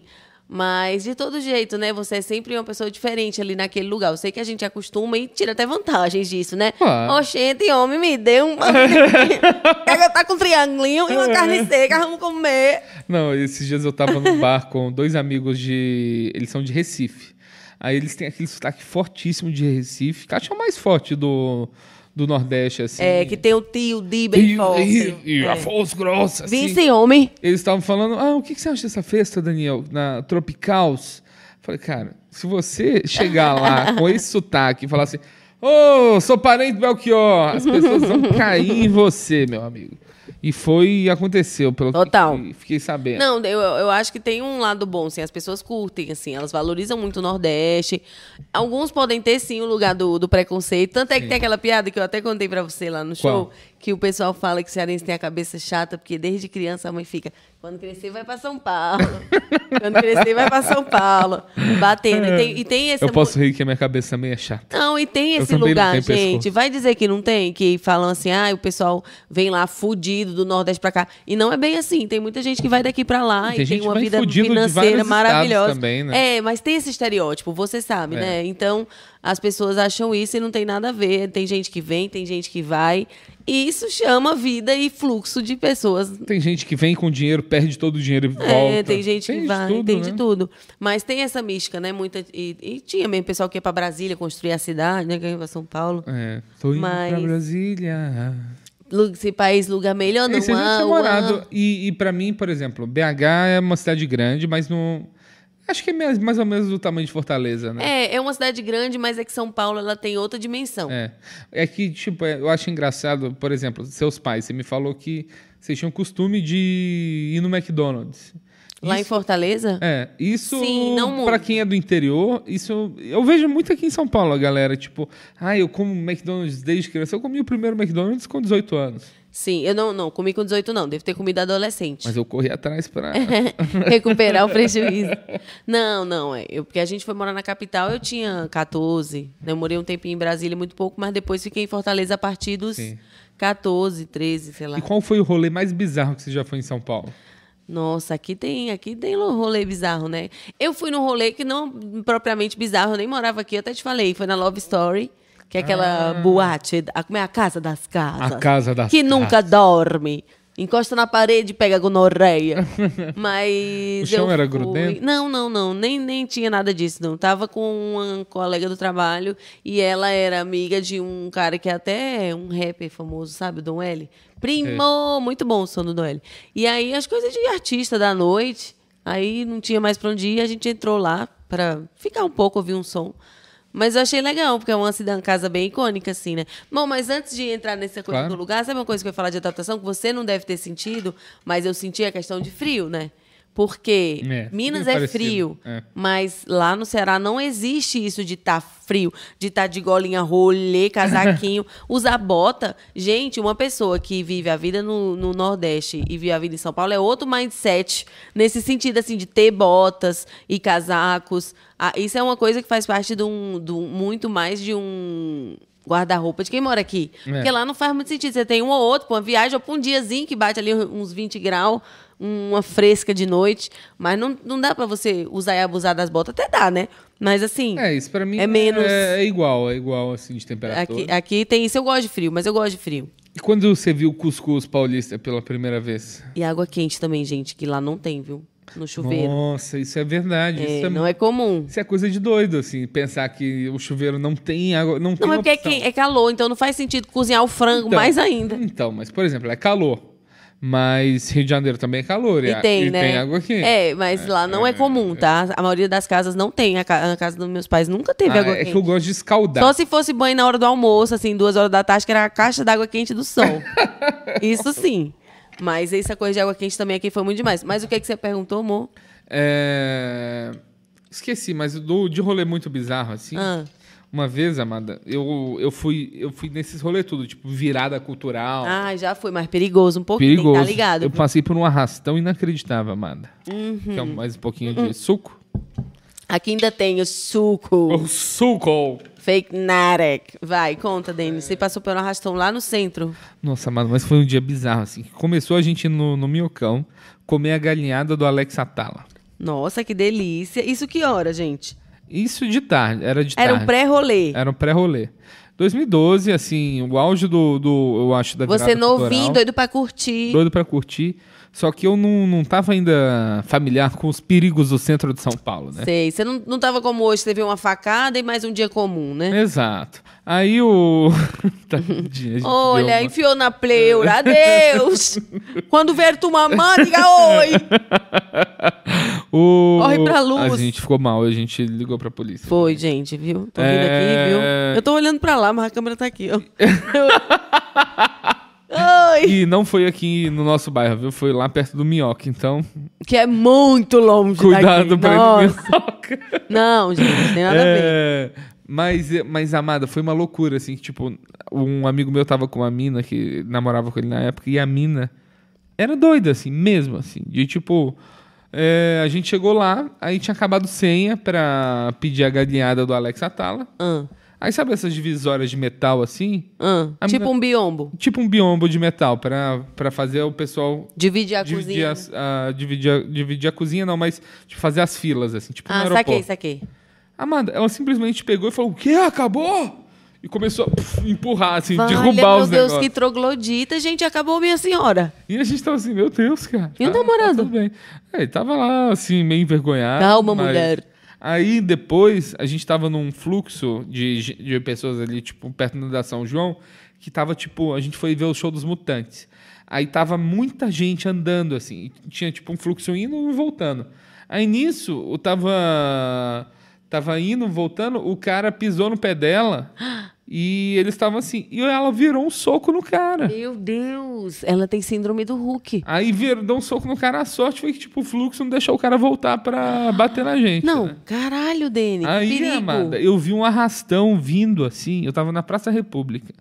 S1: Mas de todo jeito, né? Você é sempre uma pessoa diferente ali naquele lugar. Eu sei que a gente acostuma e tira até vantagens disso, né?
S3: Claro.
S1: Oxente, homem, me deu um. Quer tá com um triangulinho e uma carne seca, vamos comer.
S3: Não, esses dias eu tava num bar com dois amigos de. Eles são de Recife. Aí eles têm aquele sotaque fortíssimo de Recife, que acho que é o mais forte do, do Nordeste, assim.
S1: É, que tem o tio Di
S3: E,
S1: bem forte. É.
S3: e, e a voz grossa, assim.
S1: Vice homem.
S3: Eles estavam falando, ah, o que, que você acha dessa festa, Daniel? Na Tropicals? Falei, cara, se você chegar lá com esse sotaque e falar assim, ô, sou parente do Belchior, as pessoas vão cair em você, meu amigo. E foi e aconteceu, pelo
S4: Total.
S3: que fiquei sabendo.
S1: Não, eu, eu acho que tem um lado bom, assim, as pessoas curtem, assim, elas valorizam muito o Nordeste. Alguns podem ter, sim, o lugar do, do preconceito. Tanto é que tem aquela piada que eu até contei pra você lá no show,
S3: Qual?
S1: que o pessoal fala que o cearense tem a cabeça chata, porque desde criança a mãe fica, quando crescer vai pra São Paulo. quando crescer vai pra São Paulo. Batendo. E tem, e tem essa...
S3: Eu posso rir que a minha cabeça também é chata.
S1: Não, e tem
S3: Eu
S1: esse
S3: também não
S1: lugar,
S3: tenho pescoço.
S1: gente. Vai dizer que não tem? Que falam assim, ah, o pessoal vem lá fudido do Nordeste pra cá. E não é bem assim. Tem muita gente que vai daqui pra lá
S3: E tem
S1: e tem,
S3: gente
S1: uma
S3: bem
S1: vida
S3: fudido de vários
S1: financeira
S3: estados
S1: maravilhosa.
S3: também, né?
S1: É, mas tem esse estereótipo, você sabe,
S3: É.
S1: né? Então, as pessoas acham isso e não tem nada a ver. Tem gente que vem, tem gente que vai. E isso chama vida e fluxo de pessoas
S3: Tem gente que vem com dinheiro, perde todo o dinheiro e volta.
S1: é, tem gente
S3: de
S1: que vai,
S3: tudo,
S1: tem
S3: né?
S1: de tudo. Mas tem essa mística, né? Muita, e, e tinha mesmo pessoal que ia pra Brasília construir a cidade, né? Que ia pra São Paulo.
S3: É, tô indo pra
S1: Mas-
S3: Brasília.
S1: Lu- Esse país, lugar melhor, não
S3: E você já
S1: há.
S3: tinha
S1: uá.
S3: morado. E, e para mim, por exemplo, BH é uma cidade grande, mas não. Acho que é mais mais ou menos do tamanho de Fortaleza, né?
S1: É, é uma cidade grande, mas é que São Paulo ela tem outra dimensão.
S3: É. É que, tipo, é, eu acho engraçado, por exemplo, seus pais, você me falou que vocês tinham costume de ir no McDonald's.
S1: Lá em Fortaleza?
S3: É, isso
S1: Sim, não muito.
S3: pra quem é do interior, isso eu vejo muito aqui em São Paulo, a galera, tipo, ah, eu como McDonald's desde criança. Eu comi o primeiro McDonald's com 18 anos,
S1: Sim, eu não, não comi com 18 não, devo ter comido adolescente.
S3: mas eu corri atrás pra
S1: É. recuperar o prejuízo. Não, não, é. Eu, porque a gente foi morar na capital, eu tinha 14. Né? Eu morei um tempinho em Brasília, muito pouco, mas depois fiquei em Fortaleza a partir dos
S3: Sim.
S1: 14, 13, sei lá.
S3: E qual foi o rolê mais bizarro que você já foi em São Paulo?
S1: Nossa, aqui tem, aqui tem lo- rolê bizarro, né? Eu fui num rolê que não propriamente bizarro, eu nem morava aqui, eu até te falei, foi na Love Story, que é aquela boate, a, como é a casa das casas.
S3: Ah. A casa das
S1: Que nunca dorme. Encosta na parede e pega gonorreia. Mas
S3: O chão
S1: eu
S3: era
S1: fui-
S3: grudento?
S1: Não, não, não, nem, nem tinha nada disso, não. Tava com uma colega do trabalho e ela era amiga de um cara que é até um rapper famoso, sabe? O Dom L. Primo, muito bom o som do Dom L. E aí as coisas de artista da noite, aí não tinha mais pra onde ir, a gente entrou lá pra ficar um pouco, ouvir um som. Mas eu achei legal, porque é uma cidade, uma casa bem icônica, assim, né? Bom, mas antes de entrar nessa coisa
S3: Claro.
S1: do lugar, sabe uma coisa que eu ia falar de adaptação que você não deve ter sentido, mas eu senti a questão de frio, né? Porque
S3: É,
S1: Minas
S3: meio
S1: é
S3: parecido,
S1: frio,
S3: é.
S1: mas lá no Ceará não existe isso de estar frio, de estar de golinha, rolê, casaquinho, usar bota. Gente, uma pessoa que vive a vida no, no Nordeste e vive a vida em São Paulo é outro mindset, nesse sentido, assim, de ter botas e casacos. Ah, isso é uma coisa que faz parte de um, de um- muito mais de um guarda-roupa de quem mora aqui.
S3: É.
S1: Porque lá não faz muito sentido. Você tem um ou outro, pra uma viagem, ou pra um diazinho que bate ali uns 20 graus, uma fresca de noite. Mas não, não dá pra você usar e abusar das botas. Até dá, né? Mas assim,
S3: É, isso pra mim
S1: É menos.
S3: é igual, é igual assim de temperatura.
S1: aqui, aqui tem isso. Eu gosto de frio, mas eu gosto de frio.
S3: E quando você viu o cuscuz paulista pela primeira vez?
S1: E água quente também, gente, que lá não tem, viu? No chuveiro.
S3: Nossa, isso é verdade.
S1: É,
S3: isso, é,
S1: não é comum.
S3: isso é coisa de doido, assim, pensar que o chuveiro não tem água. Não, tem
S1: Não, é porque é,
S3: opção.
S1: que- é calor, então não faz sentido cozinhar o frango
S3: Então,
S1: mais ainda.
S3: Então, mas, por exemplo, é calor. Mas Rio de Janeiro também é calor.
S1: E tem, né?
S3: tem água quente.
S1: É, mas lá não é comum, tá? A maioria das casas não tem. A, ca- a casa dos meus pais nunca teve
S3: Ah,
S1: água
S3: é
S1: quente.
S3: que eu gosto de escaldar.
S1: Só se fosse banho na hora do almoço, assim, duas horas da tarde, que era a caixa d'água quente do sol. Isso sim. Mas essa coisa de água quente também aqui foi muito demais. Mas o que, é que você perguntou, amor?
S3: É, Esqueci, mas do, de rolê muito bizarro, assim.
S1: Ah.
S3: Uma vez, Amada, eu, eu, fui, eu fui nesses rolê tudo, tipo, virada cultural.
S1: Ah, já foi, mas perigoso um pouquinho,
S3: perigoso.
S1: tá ligado? Uhum.
S3: Eu passei por um arrastão inacreditável, Amada. Que é mais um pouquinho de suco.
S1: Aqui ainda tem o suco.
S3: O suco!
S1: Fake Narek. Vai, conta, Denis. Você passou pelo arrastão lá no centro.
S3: Nossa, Amada, mas foi um dia bizarro, assim. Começou a gente ir no, no Miocão comer a galinhada do Alex Atala.
S1: Nossa, que delícia. Isso que hora, gente?
S3: Isso de tarde, era de
S1: Era um
S3: tarde.
S1: pré-rolê.
S3: Era um pré-rolê. 2012, assim, o auge do, do eu acho, da
S1: Você
S3: virada
S1: novinho,
S3: cultural.
S1: doido pra curtir.
S3: doido pra curtir. Só que eu não, não tava ainda familiar com os perigos do centro de São Paulo, né?
S1: Sei. Você não, não tava como hoje, teve uma facada e mais um dia comum, né?
S3: Exato. Aí o. Tadinha, a gente
S1: Olha,
S3: deu uma-
S1: enfiou na pleura. Adeus! Quando ver tu mamãe, diga oi!
S3: o...
S1: corre pra luz.
S3: A gente ficou mal, a gente ligou pra polícia.
S1: Foi, gente, viu? Tô rindo
S3: É.
S1: aqui, viu? Eu tô olhando pra lá, mas a câmera tá aqui, ó. oi!
S3: E não foi aqui no nosso bairro, viu? Foi lá perto do Minhoca. Então,
S1: Que é muito longe
S3: cuidado
S1: daqui.
S3: pra ir no
S1: Nossa.
S3: Minhoca.
S1: Não, gente, tem nada a ver.
S3: É, mas, mas, amada, foi uma loucura, assim, que, tipo, um amigo meu tava com uma mina que namorava com ele na época, e a mina era doida, assim, mesmo, assim, de tipo. é, a gente chegou lá, aí tinha acabado senha pra pedir a galinhada do Alex Atala.
S1: Ah,
S3: Aí sabe essas divisórias de metal assim?
S1: ah.
S3: A
S1: Tipo
S3: mina-
S1: um biombo.
S3: Tipo um biombo de metal pra, pra fazer o pessoal
S1: Dividir a
S3: dividir,
S1: cozinha. né?
S3: as- a, dividir, a, dividir a cozinha, não, mas tipo, fazer as filas, assim, tipo no
S1: Ah,
S3: aeroporto.
S1: saquei, saquei.
S3: Amanda, ela simplesmente pegou e falou: O quê? Acabou? E começou a puf, empurrar, assim,
S1: Vale,
S3: derrubar
S1: meu
S3: os
S1: Deus, que
S3: negócios.
S1: troglodita, gente, acabou minha senhora.
S3: E a gente tava assim: Meu Deus, cara.
S1: E o
S3: tá-
S1: namorado?
S3: Tá tudo bem. É, ele tava lá, assim, meio envergonhado.
S1: Calma, mulher.
S3: Aí depois, a gente tava num fluxo de, ge- de pessoas ali, tipo, perto da São João, que tava tipo: A gente foi ver o show dos Mutantes. Aí tava muita gente andando, assim. e Tinha tipo um fluxo indo e voltando. Aí nisso, eu tava. Tava indo, voltando, o cara pisou no pé dela e eles estavam assim. E ela virou um soco no cara.
S1: Meu Deus, ela tem síndrome do Hulk.
S3: Aí virou, deu um soco no cara. A sorte foi que, tipo, o fluxo não deixou o cara voltar pra bater na gente.
S1: Não,
S3: né?
S1: caralho, Dene, que
S3: Aí, é
S1: perigo.
S3: Amada, eu vi um arrastão vindo assim. Eu tava na Praça República.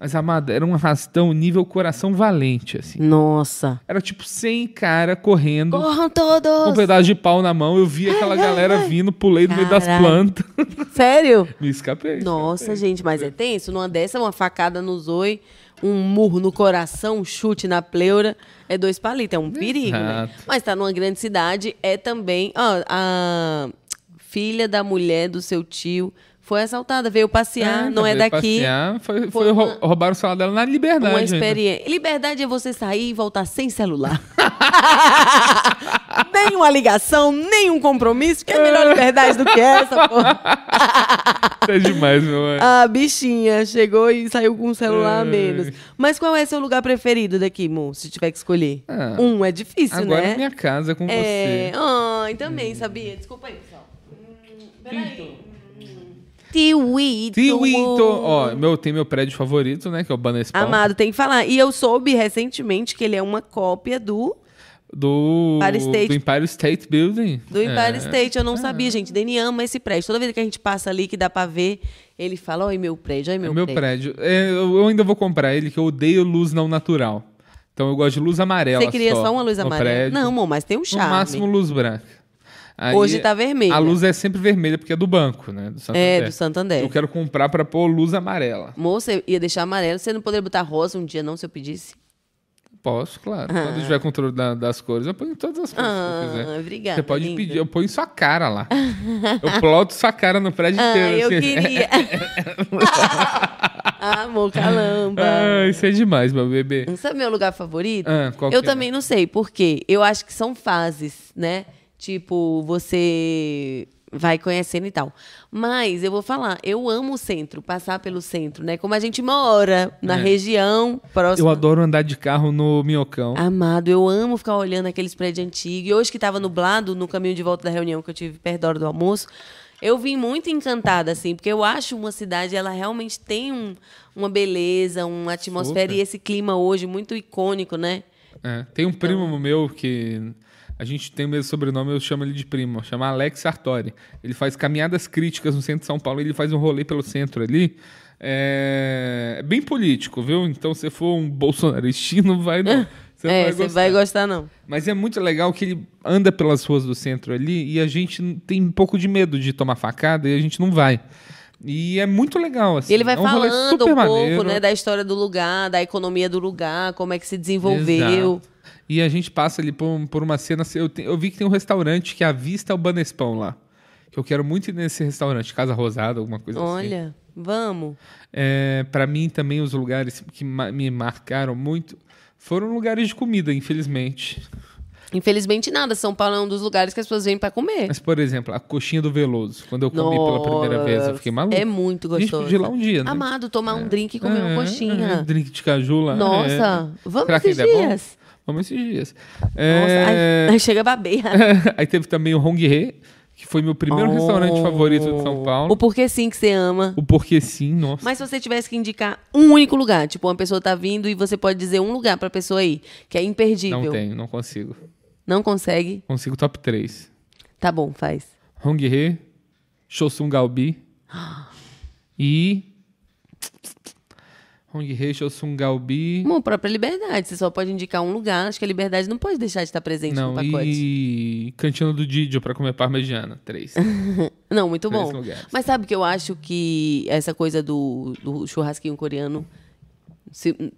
S3: Mas, Amada, era um arrastão nível coração valente, assim.
S1: Nossa.
S3: Era tipo 100 cara correndo.
S1: Corram
S3: Com um
S1: todos!
S3: pedaço de pau na mão, eu vi aquela galera vindo, pulei no meio das
S1: Caralho.
S3: plantas.
S1: Sério?
S3: Me escapei.
S1: Nossa, gente, mas é tenso. Numa dessa, uma facada no zoi, um murro no coração, um chute na pleura, é dois palitos, é um perigo, né?
S3: Exato.
S1: Mas tá numa grande cidade, é também... ó, a filha da mulher do seu tio foi assaltada, veio passear, não é
S3: Ah, veio
S1: daqui.
S3: passear, foi,
S1: Foi
S3: foi
S1: uma-
S3: rou- roubaram o celular dela na liberdade.
S1: Uma
S3: ainda.
S1: experiência. Liberdade é você sair e voltar sem celular. nem uma ligação, nem um compromisso, que é melhor liberdade do que essa, porra.
S3: É demais, meu amor.
S1: A bichinha chegou e saiu com um celular a
S3: Ai.
S1: menos. Mas qual é seu lugar preferido daqui, Mo, se tiver que escolher?
S3: Ah,
S1: um é difícil,
S3: Agora
S1: né?
S3: é minha casa com
S1: É.
S3: você.
S1: Ai, também, sabia? Desculpa aí, pessoal. Hum, peraí. Hum. Tiwito.
S3: Tiwito. Ó, meu, tem meu prédio favorito, né? Que é o Banespal.
S1: Amado, tem que falar. E eu soube recentemente que ele é uma cópia do
S3: Do,
S1: Empire State.
S3: do Empire State Building.
S1: Do Empire
S3: É.
S1: State, eu não sabia, gente. Deni ama esse prédio. Toda vez que a gente passa ali, que dá pra ver, ele fala, oi, meu prédio, oi,
S3: É
S1: meu,
S3: Meu, prédio. É, eu eu ainda vou comprar ele, que eu odeio luz não natural. Então eu gosto de luz amarela.
S1: Você queria só uma luz
S3: no
S1: amarela?
S3: prédio.
S1: Não, amor, mas tem um
S3: No
S1: charme.
S3: máximo luz branca. Aí,
S1: Hoje tá vermelha.
S3: A luz é sempre vermelha, porque é do banco, né? Do
S1: É,
S3: Santander.
S1: do Santander.
S3: Eu quero comprar pra pôr luz amarela.
S1: Moça, eu ia deixar amarelo. Você não poderia botar rosa um dia, não, se eu pedisse?
S3: Posso, claro. Quando eu tiver controle da- das cores, eu ponho todas as cores
S1: Ah,
S3: que eu quiser.
S1: obrigada,
S3: Você pode
S1: linda.
S3: pedir, eu ponho sua cara lá. eu ploto sua cara no prédio
S1: Ah,
S3: inteiro.
S1: eu
S3: assim.
S1: queria. Ah, Amor, calamba.
S3: Ah, isso é demais, meu bebê.
S1: Sabe meu lugar favorito?
S3: Ah, qual
S1: eu
S3: que é?
S1: também não sei, por quê? Eu acho que são fases, né? Tipo, você vai conhecendo e tal. Mas eu vou falar, eu amo o centro, passar pelo centro, né? Como a gente mora na região
S3: É. Eu
S1: próxima.
S3: adoro andar de carro no Minhocão.
S1: Ah. Amado, eu amo ficar olhando aqueles prédios antigos. E hoje que tava nublado, no caminho de volta da reunião que eu tive perto da hora do almoço, eu vim muito encantada, assim, porque eu acho uma cidade, ela realmente tem um- uma beleza, uma atmosfera
S3: Super.
S1: e esse clima hoje muito icônico, né?
S3: É, Tem um primo
S1: Então.
S3: meu que a gente tem o mesmo sobrenome, eu chamo ele de primo, chama Alex Sartori. Ele faz caminhadas críticas no centro de São Paulo, ele faz um rolê pelo centro ali. É é bem político, viu? Então, se for um bolsonarista, não vai não. Você não
S1: é,
S3: vai
S1: você
S3: gostar.
S1: vai gostar, não.
S3: Mas é muito legal que ele anda pelas ruas do centro ali e a gente n- tem um pouco de medo de tomar facada e a gente não vai. E é muito legal, assim.
S1: E ele vai
S3: é um rolê
S1: falando
S3: super
S1: um pouco,
S3: maneiro.
S1: né, da história do lugar, da economia do lugar, como é que se desenvolveu.
S3: Exato. E a gente passa ali por, um- por uma cena. assim, Eu, te- eu vi que tem um restaurante que à vista é o Banespão lá. Que eu quero muito ir nesse restaurante, Casa Rosada, alguma coisa assim.
S1: Olha, vamos.
S3: É, para mim também os lugares que ma- me marcaram muito foram lugares de comida, infelizmente.
S1: Infelizmente nada, São Paulo é um dos lugares que as pessoas vêm pra comer.
S3: Mas, por exemplo, a coxinha do Veloso. Quando eu comi pela primeira vez, eu fiquei maluco.
S1: É muito
S3: A gente
S1: gostoso.
S3: podia ir lá um dia, né?
S1: Amado, tomar um drink e comer
S3: É,
S1: uma
S3: é,
S1: coxinha.
S3: drink de caju lá.
S1: Nossa,
S3: é.
S1: vamos
S3: Será que
S1: esses
S3: ainda é bom?
S1: dias.
S3: Vamos esses dias. É,
S1: Nossa, ai, chega a baber.
S3: Aí teve também o Hong He, que foi meu primeiro restaurante favorito de São Paulo.
S1: O porquê sim que você ama.
S3: O Porquê Sim, nossa.
S1: Mas se você tivesse que indicar um único lugar, tipo, uma pessoa tá vindo e você pode dizer um lugar pra pessoa ir, que é imperdível.
S3: Não tenho, não consigo.
S1: Não consegue?
S3: Consigo top 3.
S1: Tá bom, faz.
S3: Hong He, Chosun Galbi e... Hong He, Chosun Galbi...
S1: Uma própria liberdade. Você só pode indicar um lugar. Acho que a liberdade não pode deixar de estar presente
S3: Não,
S1: no pacote.
S3: e Cantina do Didio pra comer parmegiana. Três.
S1: Não, muito
S3: Três
S1: bom.
S3: lugares.
S1: Mas sabe que eu acho que essa coisa do, do churrasquinho coreano. se-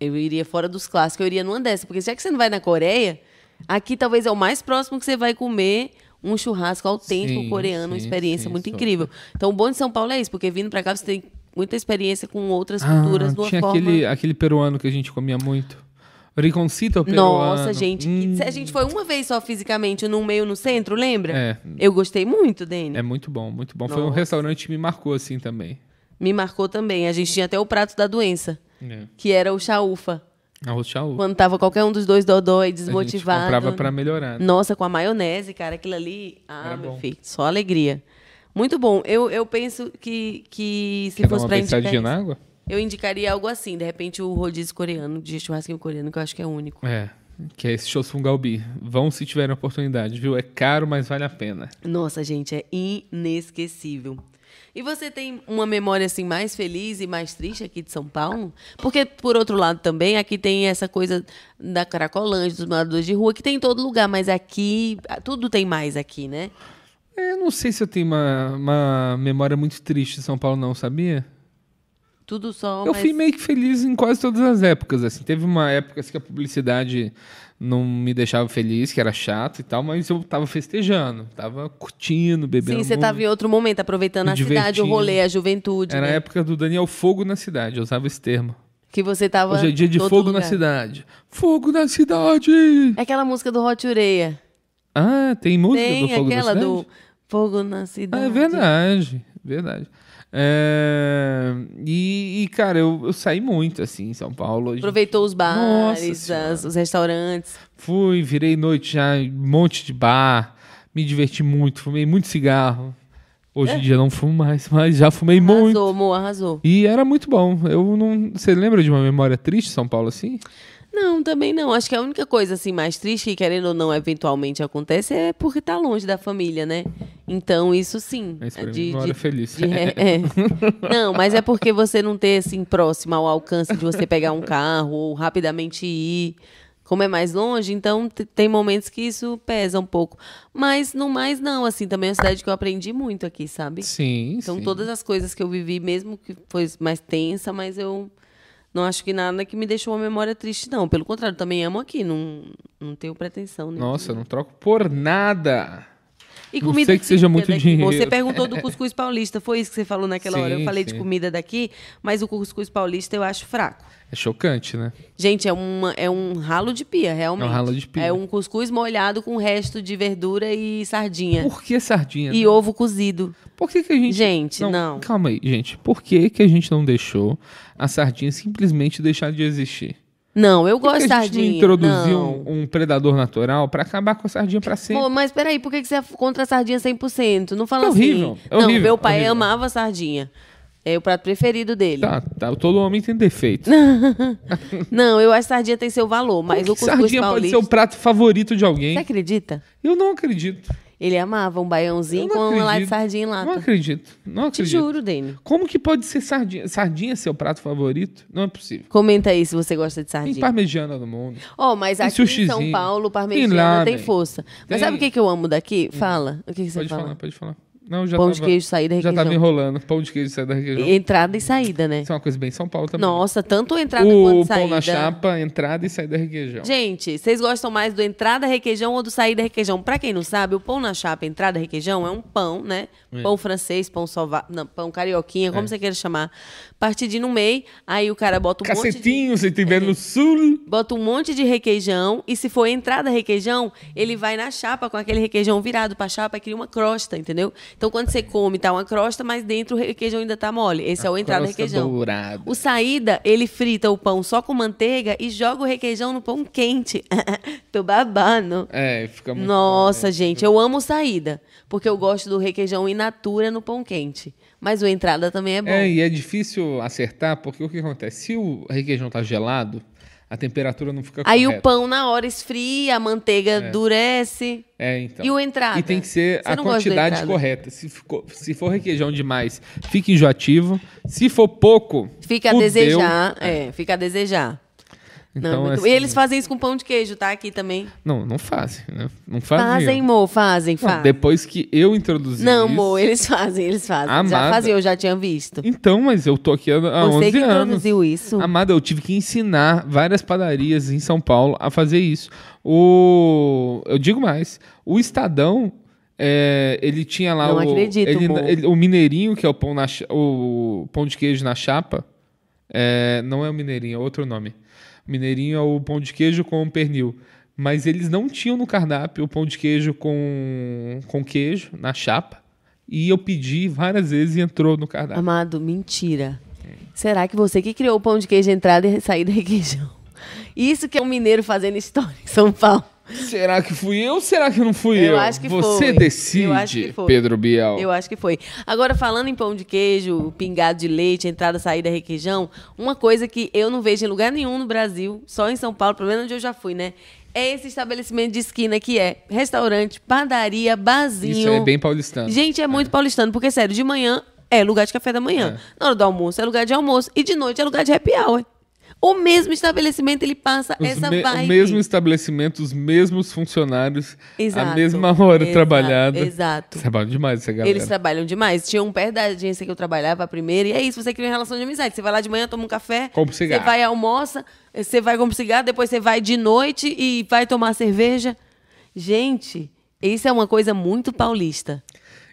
S1: eu iria fora dos clássicos, eu iria numa dessa. Porque já que você não vai na Coreia, aqui talvez é o mais próximo que você vai comer um churrasco autêntico
S3: Sim,
S1: coreano, uma
S3: sim, sim,
S1: experiência muito
S3: super.
S1: incrível. Então o bom de São Paulo é isso, porque vindo pra cá você tem muita experiência com outras culturas
S3: ah,
S1: de uma
S3: tinha
S1: forma.
S3: aquele, aquele peruano que a gente comia muito. Riconcito é peruano.
S1: Nossa, gente, que-
S3: Hum,
S1: se a gente foi uma vez só fisicamente, num meio no centro, lembra?
S3: É.
S1: Eu gostei muito, Dani.
S3: É muito bom, muito bom. Foi um
S1: Nossa.
S3: restaurante que me marcou assim também.
S1: Me marcou também. A gente tinha até o prato da doença,
S3: É.
S1: que era o chaúfa.
S3: Arroz chaú.
S1: Quando tava qualquer um dos dois dodói,
S3: A gente
S1: desmotivado.
S3: comprava pra melhorar. né?
S1: Nossa, com a maionese, cara, aquilo ali. Ah,
S3: Era
S1: meu
S3: bom.
S1: filho, só alegria. Muito bom. Eu, eu penso que, que se
S3: Quer dar
S1: fosse
S3: uma né?
S1: pra indicar.
S3: pensadinha na
S1: isso,
S3: água?
S1: Eu indicaria algo assim, de repente o rodízio coreano, de churrasquinho coreano, que eu acho que é único.
S3: É, que é esse Chosun Galbi. Vão se tiverem oportunidade, viu? É caro, mas vale a pena.
S1: Nossa, gente, é inesquecível. E você tem uma memória assim mais feliz e mais triste aqui de São Paulo? Porque por outro lado também aqui tem essa coisa da caracolante, dos moradores de rua, que tem em todo lugar, mas aqui ah, tudo tem mais aqui, né?
S3: É, eu não sei se eu tenho uma, uma memória muito triste de São Paulo, não, sabia?
S1: Tudo só
S3: Eu
S1: mas...
S3: fui meio que feliz em quase todas as épocas, assim. Teve uma época assim, que a publicidade não me deixava feliz, que era chato e tal, mas eu tava festejando, tava curtindo, bebendo.
S1: Sim, você tá
S3: muito.
S1: estava em outro momento, aproveitando
S3: Me
S1: a cidade, o
S3: divertindo.
S1: rolê, a juventude,
S3: Era a
S1: né?
S3: época do Daniel Fogo na cidade, eu usava esse termo.
S1: que você tava
S3: Hoje é dia de
S1: em todo
S3: fogo na
S1: lugar.
S3: cidade. Fogo na cidade!
S1: É aquela música do Hot Ureia.
S3: Ah, tem música
S1: Tem
S3: do Fogo na
S1: aquela
S3: cidade?
S1: do Fogo na cidade.
S3: Ah, é verdade, verdade. É, E, e, cara, eu, eu saí muito, assim, em São Paulo.
S1: Aproveitou os
S3: Nossa
S1: bares,
S3: Senhora.
S1: as- os restaurantes.
S3: Fui, virei noite já em um monte de bar, me diverti muito, fumei muito cigarro. Hoje em dia não fumo mais, mas já fumei muito.
S1: É. Arrasou, amor, arrasou.
S3: E era muito bom. Eu não. Você lembra de uma memória triste de São Paulo assim?
S1: Não, também não. Acho que a única coisa assim mais triste que querendo ou não eventualmente acontece é porque tá longe da família, né? Então isso sim.
S3: Mas pra
S1: é
S3: mim, memória feliz.
S1: de- é. Não, mas é porque você não ter assim próximo ao alcance de você pegar um carro ou rapidamente ir Como é mais longe, então t- tem momentos que isso pesa um pouco. Mas no mais, não, assim, também é uma cidade que eu aprendi muito aqui, sabe?
S3: Sim,
S1: Então,
S3: sim.
S1: todas as coisas que eu vivi, mesmo que foi mais tensa, mas eu não acho que nada que me deixou uma memória triste, não. Pelo contrário, também amo aqui, não, não tenho pretensão. nenhuma.
S3: Nossa, eu não troco por nada.
S1: E
S3: não sei que seja
S1: típica
S3: muito
S1: daqui.
S3: dinheiro.
S1: Você perguntou do cuscuz paulista, foi isso que você falou naquela hora. Eu
S3: Sim,
S1: falei
S3: sim.
S1: de comida daqui, mas o cuscuz paulista eu acho fraco.
S3: É chocante, né?
S1: Gente, é, uma, é um ralo de pia, realmente.
S3: ralo de pia.
S1: É um cuscuz molhado com resto de verdura e sardinha.
S3: Por que sardinha?
S1: É. E ovo cozido.
S3: Por que, que a gente.
S1: Gente, não.
S3: Calma aí, gente. Por que, que a gente não deixou a sardinha simplesmente deixar de existir?
S1: Não, eu
S3: Por que
S1: gosto de
S3: a gente
S1: sardinha.
S3: não introduziu
S1: Não.
S3: Um, um predador natural pra acabar com a sardinha pra sempre?
S1: Pô, mas peraí, por que que você é contra a sardinha 100%? Não fala
S3: É horrível,
S1: assim.
S3: é
S1: não,
S3: horrível,
S1: meu pai
S3: horrível.
S1: amava sardinha. É o prato preferido dele.
S3: Tá, tá, todo homem tem defeito.
S1: Não, eu acho que sardinha tem seu valor, mas
S3: Como
S1: o
S3: que
S1: cuscuz
S3: sardinha pode
S1: paulista...
S3: ser o prato favorito de alguém?
S1: Você acredita?
S3: Eu não acredito.
S1: Ele amava um baiãozinho
S3: Eu
S1: com
S3: não
S1: uma lá de
S3: acredito.
S1: sardinha em
S3: Não
S1: lata.
S3: acredito. Não
S1: Te
S3: acredito.
S1: juro, Dani.
S3: Como que pode ser sardinha? Sardinha é seu prato favorito? Não é possível.
S1: Comenta aí se você gosta de
S3: Tem
S1: sardinha.
S3: parmegiana no mundo.
S1: Ó, mas
S3: Tem
S1: aqui em São
S3: sushizinho.
S1: Paulo, parmegiana
S3: Tem
S1: tem,
S3: lamen.
S1: força. Mas
S3: Tem-
S1: sabe o que, que eu amo daqui? Fala. O que, que você
S3: pode
S1: fala?
S3: falar, pode falar. Não, já
S1: Pão
S3: tava,
S1: de queijo, saída,
S3: Já
S1: requeijão.
S3: tava enrolando. Pão de queijo sai da requeijão.
S1: Entrada e saída, né?
S3: Isso é uma coisa bem São Paulo também.
S1: Nossa, tanto entrada
S3: o
S1: quanto
S3: pão
S1: saída.
S3: na chapa, entrada e saída requeijão.
S1: Gente, vocês gostam mais do entrada requeijão ou do saída requeijão? Pra quem não sabe, o pão na chapa, entrada requeijão, é um pão, né? Pão francês, pão sova... não, pão carioquinha,
S3: É.
S1: como você queira chamar. Partidinho no meio, aí o cara bota um monte de... É.
S3: Cacetinho, se estiver no sul.
S1: Bota um monte de requeijão e se for entrada requeijão, ele vai na chapa com aquele requeijão virado pra chapa e cria uma crosta, entendeu? Então quando você come, tá uma crosta, mas dentro o requeijão ainda tá mole. Esse é o entrada
S3: crosta
S1: requeijão.
S3: dourada.
S1: O saída, ele frita o pão só com manteiga e joga o requeijão no pão quente. Tô babando.
S3: É, fica muito
S1: Nossa, gente, eu amo saída, porque eu gosto do requeijão in natura no pão quente. Mas o entrada também é bom.
S3: É, e é difícil acertar, porque o que acontece? Se o requeijão tá gelado, a temperatura não fica
S1: Aí o
S3: correta.
S1: pão na hora esfria, a manteiga endurece.
S3: É, então.
S1: E o entrada?
S3: E tem que ser
S1: Você
S3: a
S1: não gosta do
S3: quantidade
S1: entrada?
S3: correta. Se, ficou- se for requeijão demais, fica enjoativo. Se for pouco,
S1: Fica a
S3: fudeu.
S1: desejar. É, fica a desejar. Não, é
S3: Então,
S1: muito-
S3: assim,
S1: E eles fazem isso com pão de queijo, tá? Aqui também.
S3: Não, não fazem. Né? Não
S1: Fazem,
S3: faziam.
S1: mo, fazem,
S3: Não,
S1: fazem.
S3: depois que eu introduzi
S1: Não,
S3: isso...
S1: mo, eles fazem, eles fazem.
S3: Amada.
S1: Já faziam, eu já tinha visto.
S3: Então, mas eu tô aqui há, há
S1: Você
S3: 11
S1: que
S3: anos.
S1: introduziu isso.
S3: Amada, eu tive que ensinar várias padarias em São Paulo a fazer isso. O, eu digo mais, o Estadão, é, ele tinha lá
S1: Não
S3: o,
S1: acredito,
S3: ele-
S1: amor.
S3: ele- o mineirinho que é o pão na cha- o pão de queijo na chapa. É, não é o mineirinho, é outro nome. Mineirinho é o pão de queijo com pernil. Mas eles não tinham no cardápio o pão de queijo com, com queijo na chapa. E eu pedi várias vezes e entrou no cardápio.
S1: Amado, mentira. Será que você que criou o pão de queijo entrada e saída é requeijão? Isso que é um mineiro fazendo história em São Paulo.
S3: Será que fui eu ou será que não fui eu?
S1: Eu acho que
S3: Você
S1: foi.
S3: decide,
S1: Eu acho que foi.
S3: Pedro Biel.
S1: Eu acho que foi. Agora, falando em pão de queijo, pingado de leite, entrada, saída, requeijão, uma coisa que eu não vejo em lugar nenhum no Brasil, só em São Paulo, pelo menos onde eu já fui, né? É esse estabelecimento de esquina que é restaurante, padaria, barzinho.
S3: Isso é bem paulistano.
S1: Gente, é muito paulistano, porque, sério, de manhã é lugar de café da manhã. Na hora do almoço é lugar de almoço. E de noite é lugar de happy hour. O mesmo estabelecimento, ele passa
S3: Os
S1: essa
S3: me-
S1: vibe.
S3: o mesmo estabelecimento, os mesmos funcionários, a
S1: Exato.
S3: mesma hora
S1: Exa-
S3: trabalhada.
S1: exato.
S3: Trabalham demais essa galera.
S1: Eles trabalham demais. Tinha um perto da agência que eu trabalhava, a primeira, e é isso, você cria uma relação de amizade. Você vai lá de manhã, toma um café,
S3: Compra um
S1: você
S3: cigarro.
S1: vai almoça, você vai comprar um cigarro, depois você vai de noite e vai tomar cerveja. Gente, isso é uma coisa muito paulista.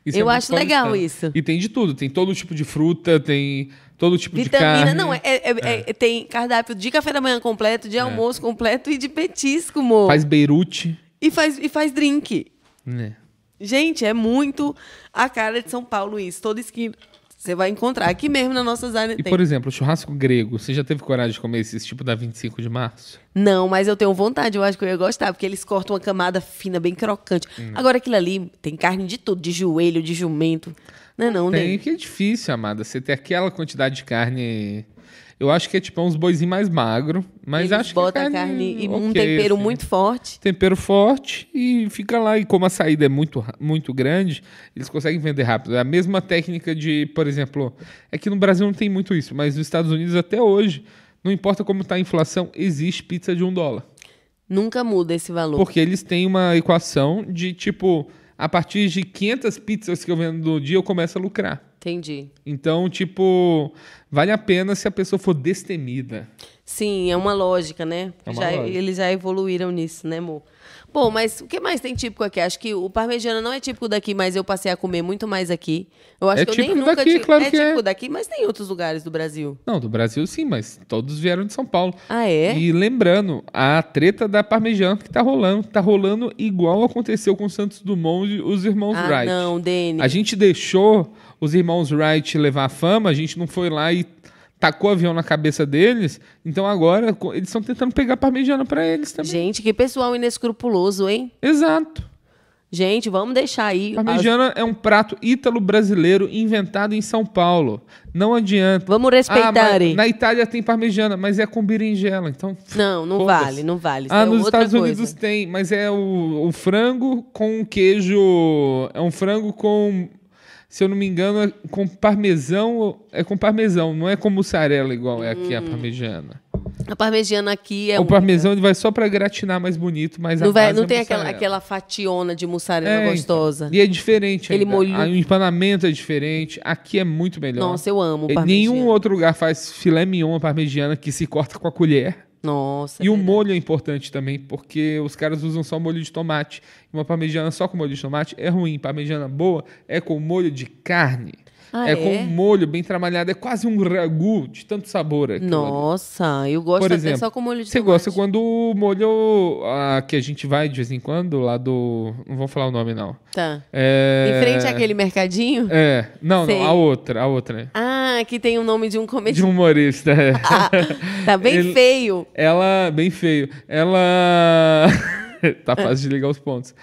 S3: Isso é
S1: Eu
S3: muito
S1: acho legal
S3: paulistano.
S1: isso.
S3: E tem de tudo. Tem todo tipo de fruta, tem todo tipo de
S1: Vitamina,
S3: carne.
S1: não, é, é- é- é- tem cardápio de café da manhã completo, de almoço completo e de petisco, amor.
S3: É. Faz beirute.
S1: E, faz, e faz drink.
S3: Né?
S1: Gente, é muito a cara de São Paulo isso. Toda esquina você vai encontrar. Aqui mesmo na nossa área
S3: E,
S1: tem.
S3: por exemplo, churrasco grego. Você já teve coragem de comer esse tipo da 25 de março?
S1: Não, mas eu tenho vontade, eu acho que eu ia gostar, porque eles cortam uma camada fina, bem crocante.
S3: Hum.
S1: Agora aquilo ali tem carne de tudo, de joelho, de jumento. Não é não,
S3: Tem,
S1: né?
S3: que é difícil, amada. Você ter aquela quantidade de carne. Eu acho que é tipo uns boizinhos mais magro, mas
S1: Eles
S3: acho
S1: botam
S3: que
S1: a carne e um
S3: ok,
S1: tempero
S3: assim.
S1: muito forte.
S3: Tempero forte e fica lá. E como a saída é muito, ra- muito grande, eles conseguem vender rápido. É a mesma técnica de, por exemplo, é que no Brasil não tem muito tá isso, mas nos Estados Unidos até hoje, não importa como está a inflação, existe pizza de um dólar.
S1: Nunca muda esse valor.
S3: Porque eles têm uma equação de tipo, a partir de 500 pizzas que eu vendo no dia, eu começo a lucrar.
S1: Entendi.
S3: Então, tipo, vale a pena se a pessoa for destemida.
S1: Sim, é uma lógica, né?
S3: É uma
S1: Já-
S3: lógica.
S1: Eles já evoluíram nisso, né, amor? Bom, mas o que mais tem típico aqui? Acho que o parmegiana não é típico daqui, mas eu passei a comer muito mais aqui. Eu acho
S3: É
S1: que eu nem
S3: típico
S1: nunca
S3: daqui,
S1: tive-
S3: claro
S1: é
S3: que é.
S1: típico daqui, mas tem outros lugares do Brasil.
S3: Não, do Brasil sim, mas todos vieram de São Paulo.
S1: Ah, é?
S3: E lembrando, a treta da Parmegiana que tá rolando, tá rolando igual aconteceu com o Santos Dumont e os irmãos
S1: ah,
S3: Wright.
S1: não, Dene.
S3: A gente deixou os irmãos Wright levar a fama, a gente não foi lá e tacou avião na cabeça deles. Então agora co- eles estão tentando pegar parmegiana pra eles também.
S1: Gente, que pessoal inescrupuloso, hein?
S3: Exato.
S1: Gente, vamos deixar aí. as-
S3: Parmegiana é um prato ítalo-brasileiro inventado em São Paulo. Não adianta.
S1: Vamos
S3: Ah, mas
S1: respeitar. hein?
S3: na Itália tem parmegiana, mas é com berinjela, então...
S1: Não, não
S3: Foda-se.
S1: vale, não vale. Isso
S3: Ah,
S1: é
S3: nos
S1: outra
S3: Estados
S1: coisa.
S3: Unidos tem, mas é o, o frango com queijo. É um frango com. Se eu não me engano, é com parmesão. É com parmesão, não é com mussarela igual é aqui a parmegiana.
S1: A parmegiana aqui Hum. é
S3: o
S1: um.
S3: parmesão ele vai só pra gratinar mais bonito, mas a
S1: Não, vai-
S3: base
S1: não
S3: é
S1: tem aquela,
S3: mussarela.
S1: aquela fationa de mussarela
S3: É,
S1: gostosa.
S3: E é diferente.
S1: Aquele
S3: ainda.
S1: molho.
S3: Aí O empanamento é diferente. Aqui é muito melhor.
S1: Nossa, eu amo
S3: E
S1: parmegiana.
S3: Nenhum outro lugar faz filé mignon à parmegiana que se corta com a colher.
S1: Nossa.
S3: E o
S1: é-
S3: molho é importante também, porque os caras usam só molho de tomate. E uma parmegiana só com molho de tomate é ruim. Parmegiana boa é com molho de carne.
S1: Ah,
S3: é,
S1: é?
S3: com um molho bem trabalhado. É quase um ragu de tanto sabor. aquilo ali.
S1: Nossa, eu gosto
S3: Por
S1: até
S3: exemplo,
S1: só com molho de
S3: Você
S1: tomate.
S3: gosta quando o molho ah, que a gente vai de vez em quando, lá do. Não vou falar o nome, não.
S1: Tá.
S3: É...
S1: Em frente àquele mercadinho?
S3: É. Não,
S1: Sei.
S3: não, a outra, a outra.
S1: Ah, que tem o nome de um
S3: De
S1: comediante.
S3: um humorista. é.
S1: Tá bem
S3: Ele-
S1: feio.
S3: Ela, bem feio. Ela. tá fácil de ligar os pontos.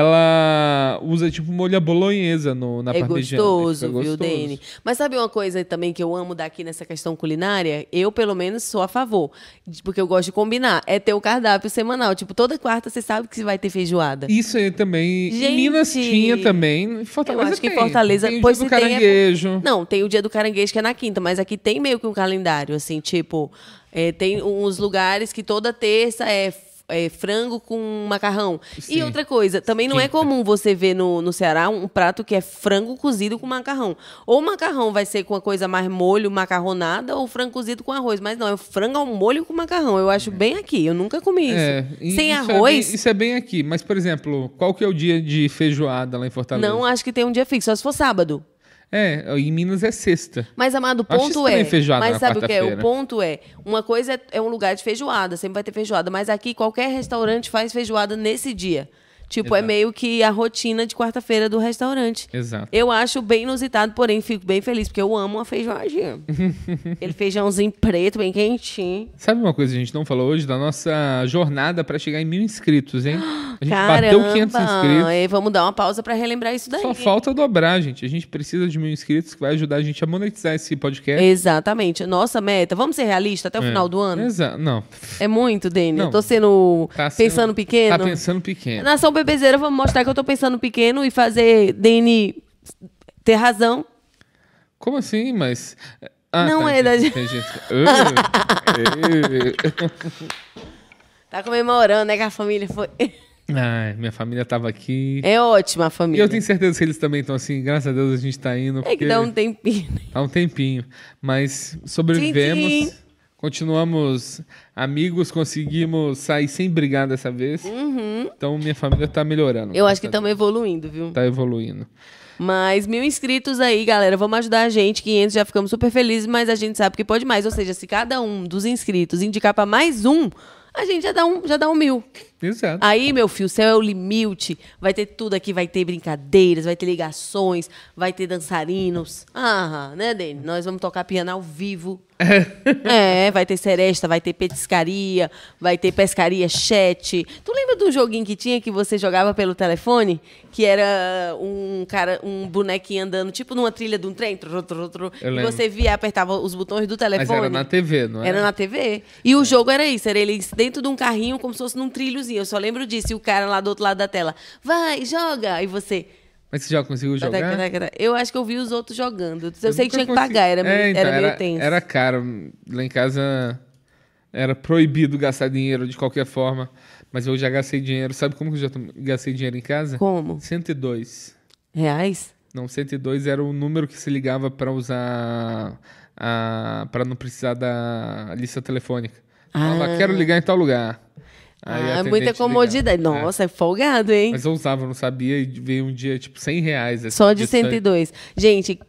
S3: Ela usa tipo molho à bolonhesa no, na
S1: é
S3: parmegiana. né?
S1: gostoso,
S3: Fica
S1: viu, Dene? Mas sabe uma coisa também que eu amo daqui nessa questão culinária? Eu, pelo menos, sou a favor. de- Porque eu gosto de combinar. É ter o cardápio semanal. Tipo, toda quarta você sabe que vai ter feijoada.
S3: Isso aí também.
S1: Gente!
S3: em Minas tinha também. em Fortaleza
S1: eu acho que em
S3: tem.
S1: Fortaleza.
S3: Tem o
S1: pois
S3: dia do
S1: se tem, é-
S3: caranguejo.
S1: Não, tem o dia do caranguejo que é na quinta, mas aqui tem meio que um calendário, assim, tipo, é, tem uns lugares que toda terça é. f- é frango com macarrão. E
S3: Sim.
S1: outra coisa, também não é
S3: Quinta.
S1: comum você ver no, no Ceará um prato que é frango cozido com macarrão. Ou o macarrão vai ser com a coisa mais molho, macarronada, ou frango cozido com arroz. Mas não, é frango ao molho com macarrão. Eu acho bem aqui. Eu nunca comi isso.
S3: É, e
S1: Sem
S3: isso é
S1: arroz,
S3: bem- isso é bem aqui. Mas, por exemplo, qual que é o dia de feijoada lá em Fortaleza?
S1: não acho que tem um dia fixo, só se for sábado.
S3: É, em Minas é sexta.
S1: Mas, amado, o
S3: Acho
S1: ponto
S3: estranho
S1: é.
S3: feijoada
S1: Mas
S3: na
S1: sabe o que é? O
S3: quarta-feira.
S1: ponto é: uma coisa é, é um lugar de feijoada, sempre vai ter feijoada. Mas aqui qualquer restaurante faz feijoada nesse dia. Tipo, é
S3: Exato.
S1: meio que a rotina de quarta-feira do restaurante.
S3: Exato.
S1: Eu acho bem inusitado, porém fico bem feliz, porque eu amo a feijoadinha. Aquele feijãozinho preto, bem quentinho.
S3: Sabe uma coisa que a gente não falou hoje? Da nossa jornada pra chegar em mil inscritos, hein? A gente bateu 500 inscritos.
S1: Caramba! E vamos dar uma pausa pra relembrar isso daí.
S3: Só falta dobrar, gente. A gente precisa de mil inscritos que vai ajudar a gente a monetizar esse podcast.
S1: Exatamente. Nossa meta. Vamos ser realistas até o É, final do ano?
S3: Exa- Não.
S1: É muito, Dani. Eu
S3: É. Não.
S1: tô sendo,
S3: Tá sendo-
S1: pensando pequeno.
S3: Tá pensando pequeno.
S1: Nação Bebezeira, vamos mostrar que eu tô pensando pequeno e fazer Dani ter razão.
S3: Como assim? Mas. Ah,
S1: Não é da
S3: entendi, entendi. Ah,
S1: Tá comemorando, né? Que a família foi.
S3: eh. Ai, minha família tava aqui.
S1: É ótima a
S3: E
S1: família.
S3: eu tenho certeza que eles também estão assim. Graças a Deus a gente tá indo.
S1: É que
S3: porque
S1: dá um tempinho.
S3: Há um tempinho. Mas sobrevivemos.
S1: Tchim, tchim.
S3: Continuamos amigos, conseguimos sair sem brigar dessa vez. Então minha família tá melhorando.
S1: Uhum. Eu acho que
S3: Tá-
S1: estamos evoluindo, viu?
S3: Tá evoluindo.
S1: Mas mil inscritos aí, galera. Vamos ajudar a gente. 500 já ficamos super felizes, mas a gente sabe que pode mais. Ou seja, se cada um dos inscritos indicar pra mais um, a gente já dá um, já dá um mil.
S3: Exato.
S1: Aí, meu filho, o céu é o limite. Vai ter tudo aqui, vai ter brincadeiras, vai ter ligações, vai ter dançarinos. Ah, né, Dani? Nós vamos tocar piano ao vivo. é, vai ter seresta, vai ter petiscaria, vai ter pescaria chat. Tu lembra de um joguinho que tinha que você jogava pelo telefone? Que era um cara, um bonequinho andando, tipo numa trilha de um trem. tru, tru, tru,
S3: Eu
S1: e
S3: lembro.
S1: você via, apertava os botões do telefone.
S3: Mas era na TV, não é?
S1: Era na TV. E o jogo era isso, era ele dentro de um carrinho, como se fosse num trilhozinho. Eu só lembro disso. E o cara lá do outro lado da tela, vai, joga! E você.
S3: Mas você já conseguiu
S1: Tá,
S3: jogar?
S1: Eu acho que eu vi os outros jogando. Eu, sei que
S3: nunca
S1: tinha que
S3: consegui-
S1: pagar, era, meio-
S3: É, então,
S1: era meio tenso.
S3: Era caro. Lá em casa era proibido gastar dinheiro de qualquer forma. Mas eu já gastei dinheiro. Sabe como que eu já tom- gastei dinheiro em casa?
S1: Como?
S3: 102.
S1: Reais?
S3: Não, 102 era o número que se ligava pra usar a para não precisar da lista telefônica. Falava, quero ligar em tal lugar. Aí a
S1: ah,
S3: atendente
S1: muita
S3: ligava.
S1: comodidade.
S3: É.
S1: Nossa, é folgado, hein?
S3: Mas eu usava, eu não sabia, e veio um dia, tipo, 100 reais. assim,
S1: Só de
S3: disso aí.
S1: 102. Gente,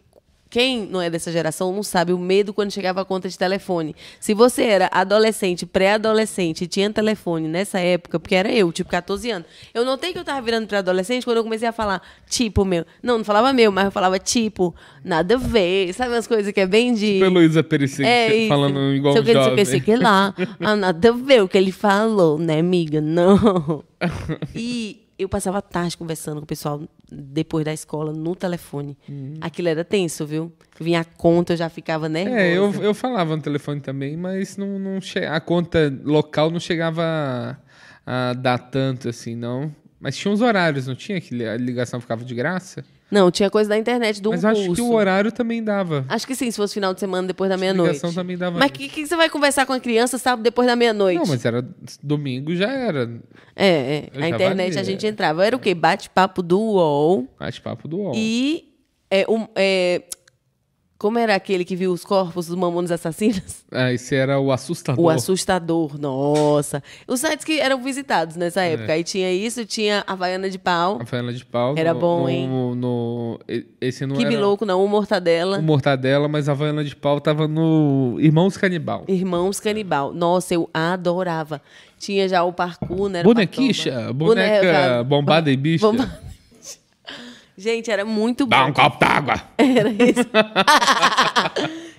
S1: quem não é dessa geração não sabe o medo quando chegava a conta de telefone. Se você era adolescente, pré-adolescente, e tinha telefone nessa época, porque era eu, tipo 14 anos. Eu notei que eu tava virando pré-adolescente quando eu comecei a falar, tipo, meu. Não, não falava meu, mas eu falava tipo, nada a ver. Sabe umas coisas que é bem de.
S3: Tipo, Heloísa Pereira
S1: É
S3: falando
S1: isso.
S3: igual
S1: Sei
S3: um
S1: o que, não sei o que,
S3: jovem.
S1: sei o que lá. Ah, nada a ver o que ele falou, né, amiga? Não. E eu passava a tarde conversando com o pessoal depois da escola no telefone. Aquilo era tenso, viu? Vinha a conta, eu já ficava nervosa.
S3: Hum. É, eu, eu falava no telefone também, mas não, não che... a conta local não chegava a, a dar tanto assim, não. Mas tinha uns horários, não tinha? Que a ligação ficava de graça?
S1: Não, tinha coisa da internet, do
S3: mas eu
S1: curso.
S3: acho que o horário também dava.
S1: Acho que sim, se fosse final de semana, depois da
S3: A
S1: meia-noite.
S3: ligação também dava.
S1: Mas o que, que você vai conversar com a criança sábado depois da meia-noite?
S3: tá Não, mas era domingo já era.
S1: É, é.
S3: Eu
S1: a
S3: já
S1: internet
S3: valia.
S1: a gente entrava. Era o quê? Bate-papo do UOL.
S3: Bate-papo do UOL.
S1: E é, um, é, como era aquele que viu os corpos dos mamonos assassinos?
S3: Ah, esse era o assustador.
S1: O assustador, nossa. Os sites que eram visitados nessa
S3: É.
S1: época. Aí tinha isso, tinha Havaiana de Pau,
S3: A Fernanda de Pau.
S1: Era
S3: no-
S1: bom,
S3: no-
S1: hein?
S3: no- e- esse não
S1: Kibe
S3: era Um
S1: Louco, não, o Mortadela,
S3: o Mortadela, mas a Havaiana de Pau tava no Irmãos Canibal.
S1: Irmãos Canibal. Nossa, eu adorava. Tinha já o Parkour, né? Era
S3: Bonequicha,
S1: Parkour, é,
S3: boneca bombada e bicha.
S1: bomba- Gente, era muito bom.
S3: Dá um copo d'água.
S1: Era isso.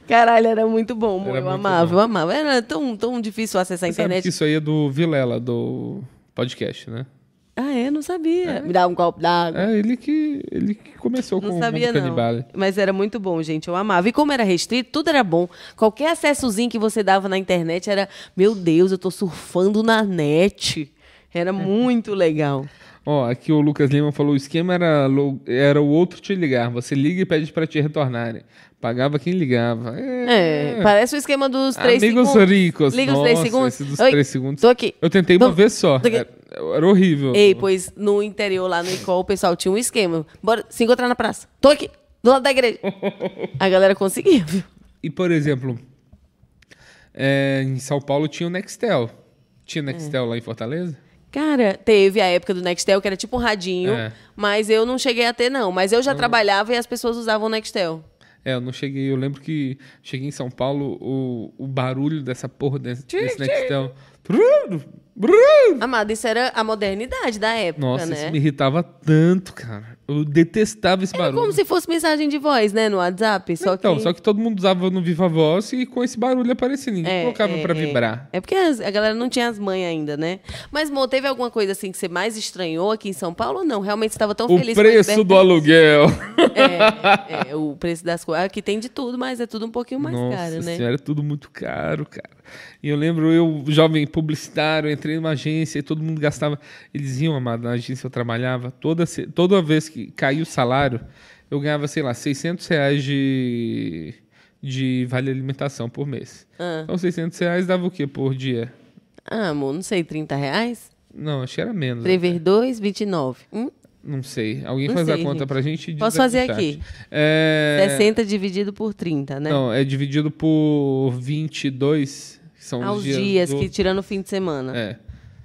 S1: Caralho, era muito bom.
S3: Era
S1: eu
S3: muito
S1: amava,
S3: bom.
S1: eu amava. Era tão, tão difícil acessar
S3: Sabe
S1: a internet.
S3: que isso aí é do Vilela, do podcast, né?
S1: Ah, é? Não sabia. Me dá um copo d'água.
S3: É ele que, ele que começou com
S1: Não
S3: o
S1: sabia,
S3: mundo
S1: não.
S3: canibal.
S1: Mas era muito bom, gente. Eu amava. E como era restrito, tudo era bom. Qualquer acessozinho que você dava na internet era, meu Deus, eu tô surfando na net.
S3: É.
S1: Era muito legal.
S3: Ó, aqui o Lucas Lima falou, o esquema era, lo- era o outro te ligar. Você liga e pede pra te retornarem. Pagava quem ligava.
S1: É, parece o esquema dos três
S3: Amigos
S1: segundos.
S3: ricos.
S1: Liga os três
S3: Nossa,
S1: segundos.
S3: esse dos
S1: Oi,
S3: três segundos.
S1: Tô aqui.
S3: Eu tentei uma
S1: Tô-
S3: vez só.
S1: tô aqui.
S3: Era, era horrível.
S1: Ei, pois no interior, lá no ICOL, o pessoal tinha um esquema. Bora se encontrar na praça. Tô aqui, do lado da igreja. A galera conseguia, viu?
S3: E, por exemplo, é, em São Paulo tinha o Nextel.
S1: É.
S3: Tinha Nextel lá em Fortaleza?
S1: Cara, teve a época do Nextel, que era tipo um radinho,
S3: É.
S1: mas eu não cheguei a ter, não. Mas eu já trabalhava e as pessoas usavam o Nextel.
S3: É, eu não cheguei. Eu lembro que cheguei em São Paulo, o, o barulho dessa porra desse, desse Nextel. Brrr, brrr.
S1: Amada, isso era a modernidade da época,
S3: Nossa,
S1: né?
S3: isso me irritava tanto, cara. Eu detestava esse
S1: Era
S3: barulho.
S1: como se fosse mensagem de voz, né? No WhatsApp. Só
S3: então,
S1: que...
S3: só que todo mundo usava no Viva Voz e com esse barulho aparecia. Ninguém
S1: É,
S3: colocava
S1: é,
S3: pra
S1: é.
S3: vibrar.
S1: É porque as- a galera não tinha as mães ainda, né? Mas, Mo, teve alguma coisa assim que você mais estranhou aqui em São Paulo ou não? Realmente você estava tão
S3: O
S1: feliz
S3: preço do
S1: com a
S3: aluguel.
S1: liberdade? É, é, o preço das coisas. Aqui tem de tudo, mas é tudo um pouquinho mais
S3: Nossa
S1: caro, né?
S3: senhora, é tudo muito caro, cara. E eu lembro, eu, jovem publicitário, entrei numa agência e todo mundo gastava. Eles iam, amado, na agência que eu trabalhava, toda, se- toda vez que caía o salário, eu ganhava, sei lá, 600 reais de, de vale alimentação por mês. Então, 600 reais dava o quê por dia?
S1: Ah, amor, não sei, 30 reais?
S3: Não, acho que era menos.
S1: 3 vezes 2, 29. Hum?
S3: Não sei. Alguém
S1: Não
S3: faz a
S1: sei,
S3: conta
S1: gente.
S3: pra gente? e diz
S1: Posso
S3: aí no
S1: fazer
S3: chat.
S1: aqui.
S3: É...
S1: 60 dividido por 30, né?
S3: Não, é dividido por 22, que são
S1: Aos
S3: os dias,
S1: dias,
S3: do-
S1: que tirando o fim de semana.
S3: É.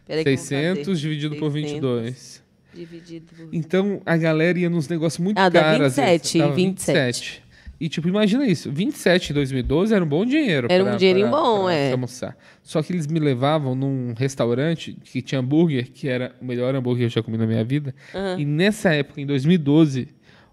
S1: Peraí que eu vou
S3: 600
S1: fazer.
S3: dividido por 22.
S1: Dividido por...
S3: Então, a galera ia nos negócios muito
S1: Ah, dá
S3: caros.
S1: 27,
S3: 27. E, tipo, imagina isso. 27 em 2012 era um bom dinheiro.
S1: Era um dinheirinho bom,
S3: pra
S1: é.
S3: almoçar. Só que eles me levavam num restaurante que tinha hambúrguer, que era o melhor hambúrguer que eu já comi na minha vida. E nessa época, em 2012,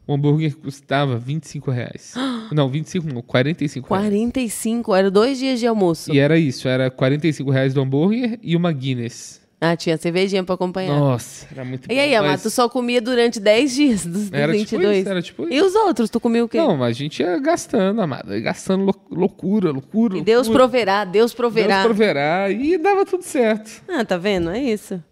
S3: o hambúrguer custava 25 reais. não, 25 não, 45 reais.
S1: 45, eram dois dias de almoço.
S3: E é- era isso, era 45 reais do hambúrguer e uma Guinness.
S1: Ah, tinha cervejinha pra acompanhar.
S3: Nossa, era muito
S1: É. E
S3: bom,
S1: aí, Amado,
S3: mas-
S1: tu só comia durante 10 dias dos dos
S3: Era
S1: 22?
S3: tipo isso, era tipo
S1: E
S3: isso.
S1: os outros, tu comia o quê?
S3: Não, mas a gente ia gastando, amada. ia Gastando lou- loucura, loucura.
S1: e Deus
S3: loucura.
S1: proverá, Deus proverá.
S3: Deus proverá. E dava tudo certo.
S1: Ah, tá vendo? É isso.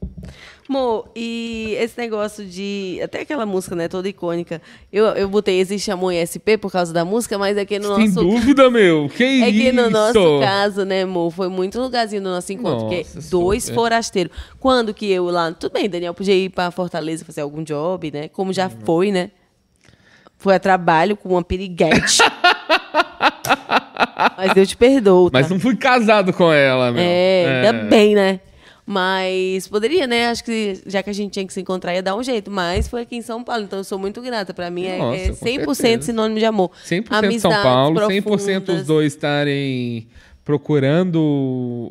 S1: Mo, e esse negócio de. Até aquela música, né? Toda icônica. Eu, eu botei Existe Amor em SP por causa da música, mas é que no
S3: Sem
S1: nosso.
S3: dúvida, meu. Que
S1: É
S3: isso?
S1: que no nosso caso, né, amor, foi muito lugarzinho do nosso encontro,
S3: Nossa,
S1: porque dois
S3: super.
S1: forasteiros. Quando que eu lá, tudo bem, Daniel, podia ir pra Fortaleza fazer algum job, né? Como já
S3: Uhum.
S1: foi, né? Foi a trabalho com uma piriguete. Mas eu te perdoo, tá?
S3: Mas não fui casado com ela, meu.
S1: É, ainda bem, né? Mas poderia, né? Acho que já que a gente tinha que se encontrar, ia dar um jeito. Mas foi aqui em São Paulo, então eu sou muito grata. Pra mim é,
S3: Nossa,
S1: é
S3: com
S1: 100%
S3: certeza.
S1: sinônimo de amor.
S3: 100% São Paulo, 100% os
S1: profundas.
S3: dois estarem procurando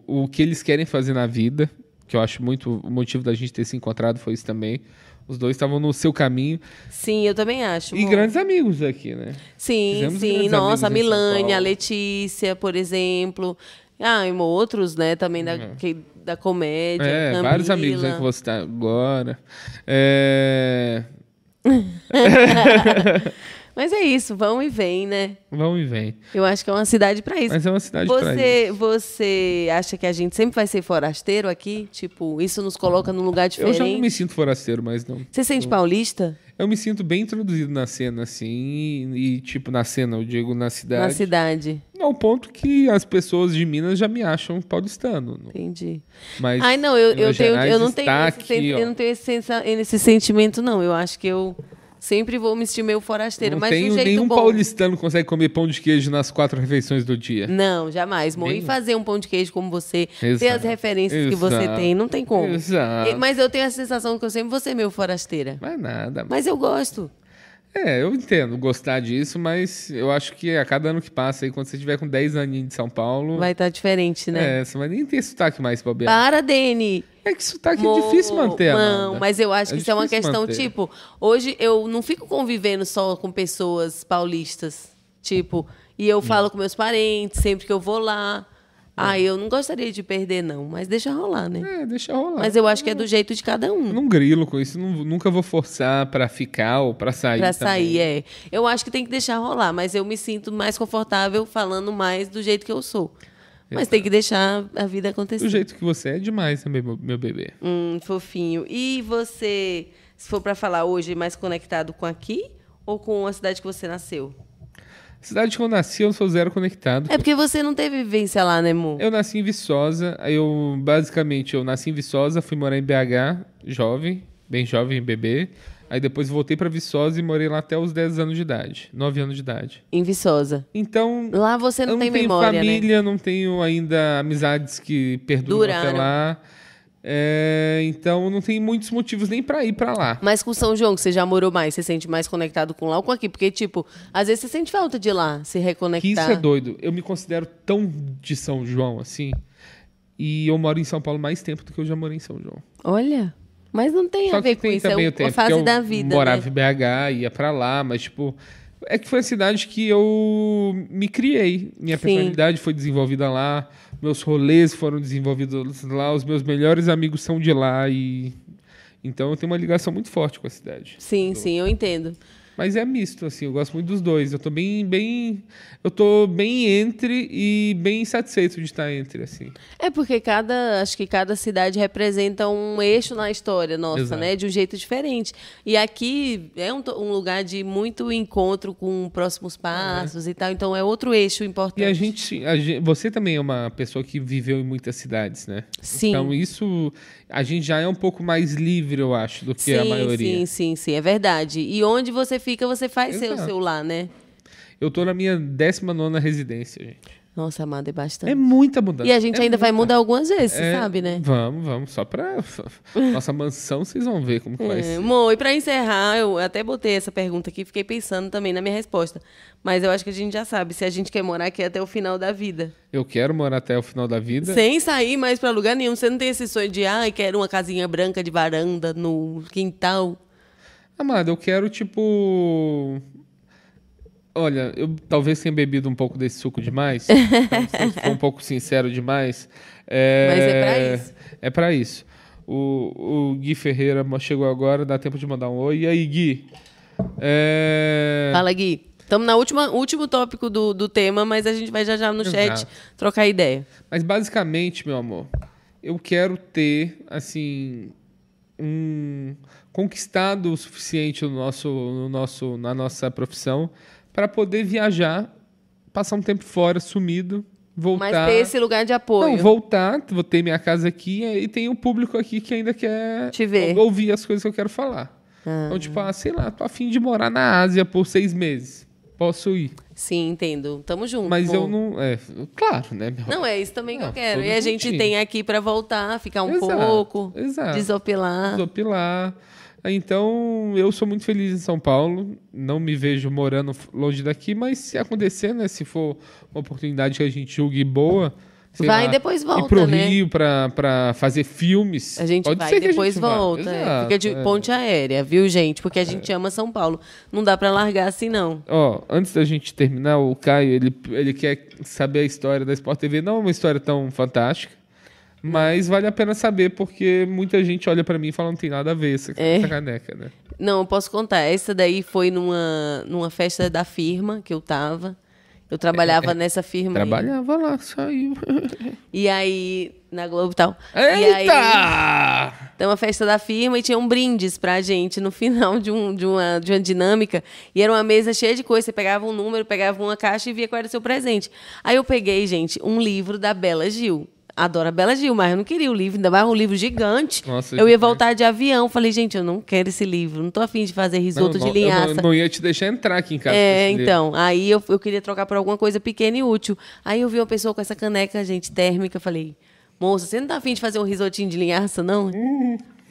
S3: o- o que eles querem fazer na vida, que eu acho muito o motivo da gente ter se encontrado foi isso também. Os dois estavam no seu caminho
S1: Sim, eu também acho.
S3: e
S1: amor.
S3: grandes amigos aqui, né?
S1: Sim,
S3: Fizemos
S1: sim.
S3: grandes
S1: Nossa, a
S3: amigos em São
S1: Milane, a
S3: Paulo.
S1: Letícia, por exemplo. Ah, e outros, né? Também da, que- da comédia.
S3: Uhum. É, vários
S1: Camila.
S3: amigos aí que eu vou citar agora. É,
S1: Mas é isso, vão e vem, né?
S3: Vão e vem.
S1: Eu acho que é uma cidade pra isso.
S3: Mas é uma cidade pra isso.
S1: Você, você acha que a gente sempre vai ser forasteiro aqui? Tipo, isso nos coloca num lugar
S3: Eu
S1: diferente?
S3: já não me sinto forasteiro, mas não.
S1: Você sente paulista?
S3: Eu me sinto bem introduzido na cena, assim, e, e, tipo, na cena, eu digo na cidade.
S1: Na cidade.
S3: Ao ponto que as pessoas de Minas já me acham paulistano. no-
S1: Entendi.
S3: Mas
S1: Ai, não, eu, eu,
S3: Minas
S1: tenho,
S3: Gerais
S1: eu não
S3: está
S1: tenho esse, sen-
S3: aqui, ó.
S1: eu não tenho esse, sensa- esse sentimento, não. Eu acho que eu sempre vou me sentir meio forasteiro,
S3: Não
S1: mas de
S3: tenho
S1: um jeito
S3: nenhum
S1: bom.
S3: paulistano consegue comer pão de queijo nas quatro refeições do dia.
S1: Não, jamais. Mo. E
S3: Nenhum.
S1: fazer um pão de queijo como você, ter
S3: Exato.
S1: as referências que você
S3: Exato.
S1: tem, não tem como.
S3: Exato.
S1: E- Mas eu tenho a sensação que eu sempre vou ser meio forasteira.
S3: Mas nada.
S1: Mas eu gosto.
S3: É, eu entendo gostar disso, mas eu acho que a cada ano que passa, aí, quando você estiver com 10 aninhos de São Paulo,
S1: Vai estar diferente, né?
S3: Hum. é, você vai nem ter sotaque mais, bobear.
S1: Para, Dene.
S3: É que sotaque
S1: Mo-
S3: é difícil manter,
S1: Não,
S3: Amanda.
S1: mas eu acho que isso é uma
S3: difícil
S1: questão,
S3: manter.
S1: tipo, hoje eu não fico convivendo só com pessoas paulistas. Tipo, e eu falo
S3: Hum.
S1: com meus parentes sempre que eu vou lá. Ah, eu não gostaria de perder, não, mas deixa rolar, né?
S3: É, deixa rolar.
S1: Mas eu acho que é do jeito de cada um.
S3: Eu Não grilo com isso, não- nunca vou forçar pra ficar ou pra sair.
S1: Pra
S3: também.
S1: sair, é. Eu acho que tem que deixar rolar, mas eu me sinto mais confortável falando mais do jeito que eu sou. Mas tem que deixar a vida acontecer.
S3: Do jeito que você é demais também, meu, meu bebê.
S1: Hum, fofinho. E você, se for pra falar hoje, mais conectado com aqui ou com a cidade que você nasceu?
S3: Cidade que eu nasci, eu sou zero conectado.
S1: É porque você não teve vivência lá, né, amor?
S3: Eu nasci em Viçosa, aí eu basicamente eu nasci em Viçosa, fui morar em BH, jovem, bem jovem, bebê. Aí depois voltei pra Viçosa e morei lá até os 10 anos de idade, 9 anos de idade.
S1: Em Viçosa.
S3: Então,
S1: Lá você não
S3: eu
S1: tem
S3: não tenho
S1: memória, né?
S3: família, não tenho ainda amizades que perduram até
S1: Duraram.
S3: lá. É, então não tem muitos motivos nem pra ir pra lá.
S1: Mas com São João, que você já morou mais, você sente mais conectado com lá ou com aqui? Porque, tipo, às vezes você sente falta de lá, se reconectar.
S3: Que isso é doido. Eu me considero tão de São João assim. E eu moro em São Paulo mais tempo do que eu já morei em São João.
S1: Olha, mas não tem a
S3: Só
S1: ver
S3: que
S1: com
S3: tem
S1: isso, é
S3: também
S1: o-
S3: o tempo
S1: a fase
S3: que eu
S1: da vida,
S3: morava
S1: né?
S3: em BH, ia pra lá, mas tipo, é que foi a cidade que eu me criei. Minha
S1: Sim.
S3: personalidade foi desenvolvida lá, meus rolês foram desenvolvidos lá, os meus melhores amigos são de lá e então eu tenho uma ligação muito forte com a cidade.
S1: Sim, sim, eu entendo.
S3: Mas é misto, assim, eu gosto muito dos dois. Eu tô bem, bem. Eu tô bem entre e bem satisfeito de estar entre, assim.
S1: É porque cada, acho que cada cidade representa um eixo na história nossa,
S3: Exato.
S1: né? De um jeito diferente. E aqui é um, to- um lugar de muito encontro com próximos passos e tal, então é outro eixo importante.
S3: É. E a gente, a gen- Você também é uma pessoa que viveu em muitas cidades, né?
S1: Sim.
S3: Então isso. A gente já é um pouco mais livre, eu acho, do que é
S1: sim,
S3: a maioria.
S1: sim, sim, sim, é verdade. E onde você fica, você faz ser o
S3: Exato.
S1: seu lar, né?
S3: Eu tô na minha 19 residência, gente.
S1: Nossa, amada, é bastante.
S3: É muita mudança.
S1: e a gente
S3: É
S1: ainda vai
S3: muita.
S1: mudar algumas vezes, você
S3: É,
S1: sabe, né?
S3: Vamos, vamos. Só pra. Nossa mansão, vocês vão ver como que vai
S1: É,
S3: ser.
S1: Mo, e para encerrar, eu até botei essa pergunta aqui, fiquei pensando também na minha resposta. Mas eu acho que a gente já sabe se a gente quer morar aqui até o final da vida.
S3: Eu quero morar até o final da vida.
S1: Sem sair mais pra lugar nenhum. Você não tem esse sonho de, ai, quero uma casinha branca de varanda no quintal.
S3: Amada, eu quero, tipo. Olha, eu talvez tenha bebido um pouco desse suco demais. então, se eu for um pouco sincero demais. é-
S1: Mas é pra isso.
S3: É pra isso. O, o Gui Ferreira mo- chegou agora, dá tempo de mandar um oi. E aí, Gui? É,
S1: Fala, Gui. Estamos no último tópico do, do tema, mas a gente vai já já no chat
S3: Exato.
S1: trocar ideia.
S3: Mas basicamente, meu amor, eu quero ter, assim, um conquistado o suficiente no nosso, no nosso, na nossa profissão para poder viajar, passar um tempo fora, sumido, voltar.
S1: Mas ter esse lugar de apoio.
S3: Não, voltar, vou ter minha casa aqui e tem o público aqui que ainda quer
S1: Te ver.
S3: ouvir as coisas que eu quero falar. Então, tipo, ah, sei lá, tô afim de morar na Ásia por seis meses. Posso ir.
S1: Sim, entendo. Tamo junto.
S3: Mas
S1: amor.
S3: eu não. É, claro, né? meu?
S1: Não, é isso também que
S3: Não,
S1: eu quero.
S3: todo
S1: E a gente
S3: juntinho.
S1: tem aqui pra voltar, ficar um
S3: Exato,
S1: pouco,
S3: Exato.
S1: desopilar.
S3: Desopilar. Então, eu sou muito feliz em São Paulo. Não me vejo morando f- longe daqui, mas se acontecer, né? Se for uma oportunidade que a gente julgue boa. sei
S1: Vai
S3: lá,
S1: e depois volta,
S3: Ir pro
S1: né?
S3: Rio pra, pra fazer filmes.
S1: A gente
S3: Pode
S1: vai
S3: ser
S1: e
S3: que a
S1: depois
S3: gente vá.
S1: volta. é.
S3: Exato,
S1: Fica de
S3: é.
S1: ponte aérea, viu, gente? Porque a gente ama São Paulo. Não dá pra largar assim, não.
S3: Ó, antes da gente terminar, o Caio, ele, ele quer saber a história da Sport TV. Não é uma história tão fantástica, mas vale a pena saber, porque muita gente olha pra mim e fala não tem nada a ver essa,
S1: É.
S3: essa caneca, né?
S1: Não, eu posso contar. Essa daí foi numa, numa festa da firma que eu tava. Eu
S3: É,
S1: trabalhava nessa firma. aí.
S3: Trabalhava lá, saiu.
S1: E aí, na Globo e tal. E aí,
S3: Eita!
S1: Então, a festa da firma e tinha um brindes pra gente no final de, um, de, uma, de uma dinâmica. E era uma mesa cheia de coisa. Você pegava um número, pegava uma caixa e via qual era o seu presente. Aí eu peguei, gente, um livro da Bela Gil. Adoro a Bela Gil, mas eu não queria o livro, ainda mais um livro gigante.
S3: Nossa,
S1: eu ia
S3: gente.
S1: voltar de avião. Falei, gente, eu não quero esse livro. Não tô afim de fazer risoto
S3: Não,
S1: de
S3: não, eu
S1: linhaça.
S3: Não, não ia te deixar entrar aqui em casa. com
S1: É,
S3: esse livro.
S1: então. Aí eu, eu queria trocar por alguma coisa pequena e útil. Aí eu vi uma pessoa com essa caneca, gente, térmica. Eu falei, moça, você não tá afim de fazer um risotinho de linhaça, não?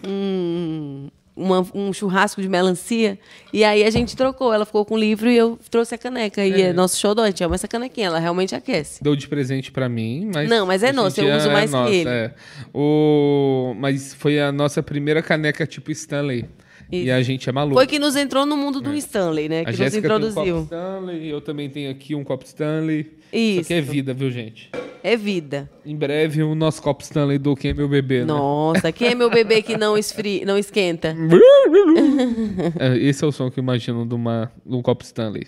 S1: Hum, uma- um churrasco de melancia? E aí a gente trocou. Ela ficou com o livro e eu trouxe a caneca. E é nosso xodó, a gente ama essa canequinha. Ela realmente aquece.
S3: Deu de presente pra mim, mas.
S1: Não, mas é
S3: hoje em
S1: nosso, eu
S3: dia
S1: uso
S3: é
S1: mais que
S3: nossa,
S1: ele.
S3: é. O... Mas foi a nossa primeira caneca tipo Stanley. E
S1: Isso.
S3: a gente é maluco.
S1: Foi que nos entrou no mundo do Stanley, né?
S3: É. A
S1: Que nos
S3: Jéssica tem um copo
S1: introduziu.
S3: Stanley, eu também tenho aqui um copo Stanley. Isso
S1: Isso.
S3: aqui é vida, viu, gente?
S1: É vida.
S3: Em breve, o nosso copo Stanley do Quem é Meu Bebê, né?
S1: Nossa, quem é meu bebê que não, esfri... não esquenta?
S3: É, Esse é o som que eu imagino de, uma, de um copo Stanley.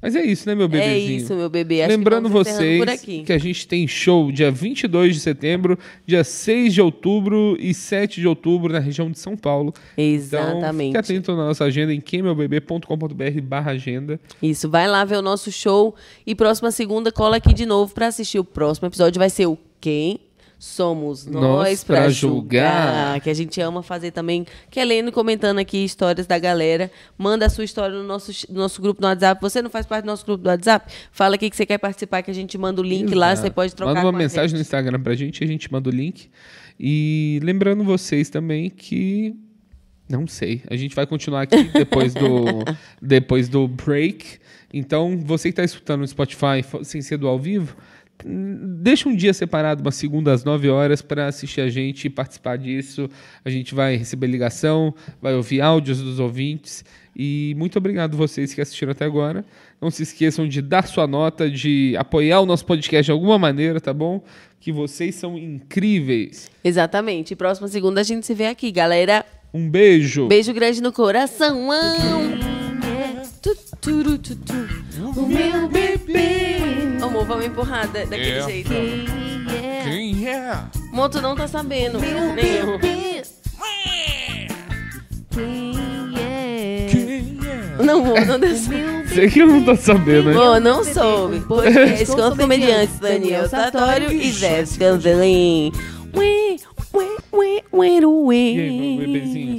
S3: Mas é isso, né, meu
S1: É
S3: bebezinho?
S1: isso, meu bebê. Acho que
S3: Lembrando
S1: vamos encerrando
S3: vocês
S1: por aqui.
S3: que a gente tem show dia 22 de setembro, dia 6 de outubro e 7 de outubro na região de São Paulo.
S1: Exatamente.
S3: Então, fique atento na nossa agenda em quemmeubebê.com.br barra agenda.
S1: Isso, vai lá ver o nosso show e próxima segunda cola aqui de novo pra assistir o próximo episódio vai ser o quem somos nós,
S3: Nós
S1: pra
S3: pra
S1: julgar.
S3: julgar.
S1: que a gente ama fazer também, que é lendo e comentando aqui histórias da galera. Manda a sua história no nosso, no nosso grupo no WhatsApp. Você não faz parte do nosso grupo do WhatsApp? Fala aqui que você quer participar que a gente manda o link lá,
S3: Exato.
S1: você pode trocar
S3: Manda uma
S1: com a
S3: mensagem
S1: gente.
S3: no Instagram pra gente, a gente manda o link. E lembrando vocês também que. Não sei. A gente vai continuar aqui depois do, depois do break. Então, você que está escutando no Spotify fo- sem ser do ao vivo, hum, deixa um dia separado, uma segunda às 9 horas, para assistir a gente e participar disso. A gente vai receber ligação, vai ouvir áudios dos ouvintes. E muito obrigado vocês que assistiram até agora. Não se esqueçam de dar sua nota, de apoiar o nosso podcast de alguma maneira, tá bom? Que vocês são incríveis.
S1: Exatamente. E próxima segunda a gente se vê aqui, galera.
S3: Um beijo.
S1: Beijo grande no coração. É, Tu, tu, tu, tu. O meu bebê. Amor, vamos empurrar da- daquele
S3: É.
S1: jeito.
S3: Quem é?
S1: Moto não tá sabendo. Nem eu. Não, Mo, não deu certo.
S3: Sei que eu não tô sabendo, né?
S1: Mo, não soube. é, Podcast com os comediantes Daniel Sartório e Jéssica Angelim. Ué, ué, ué, ué, ué.
S3: E aí, meu bebezinho?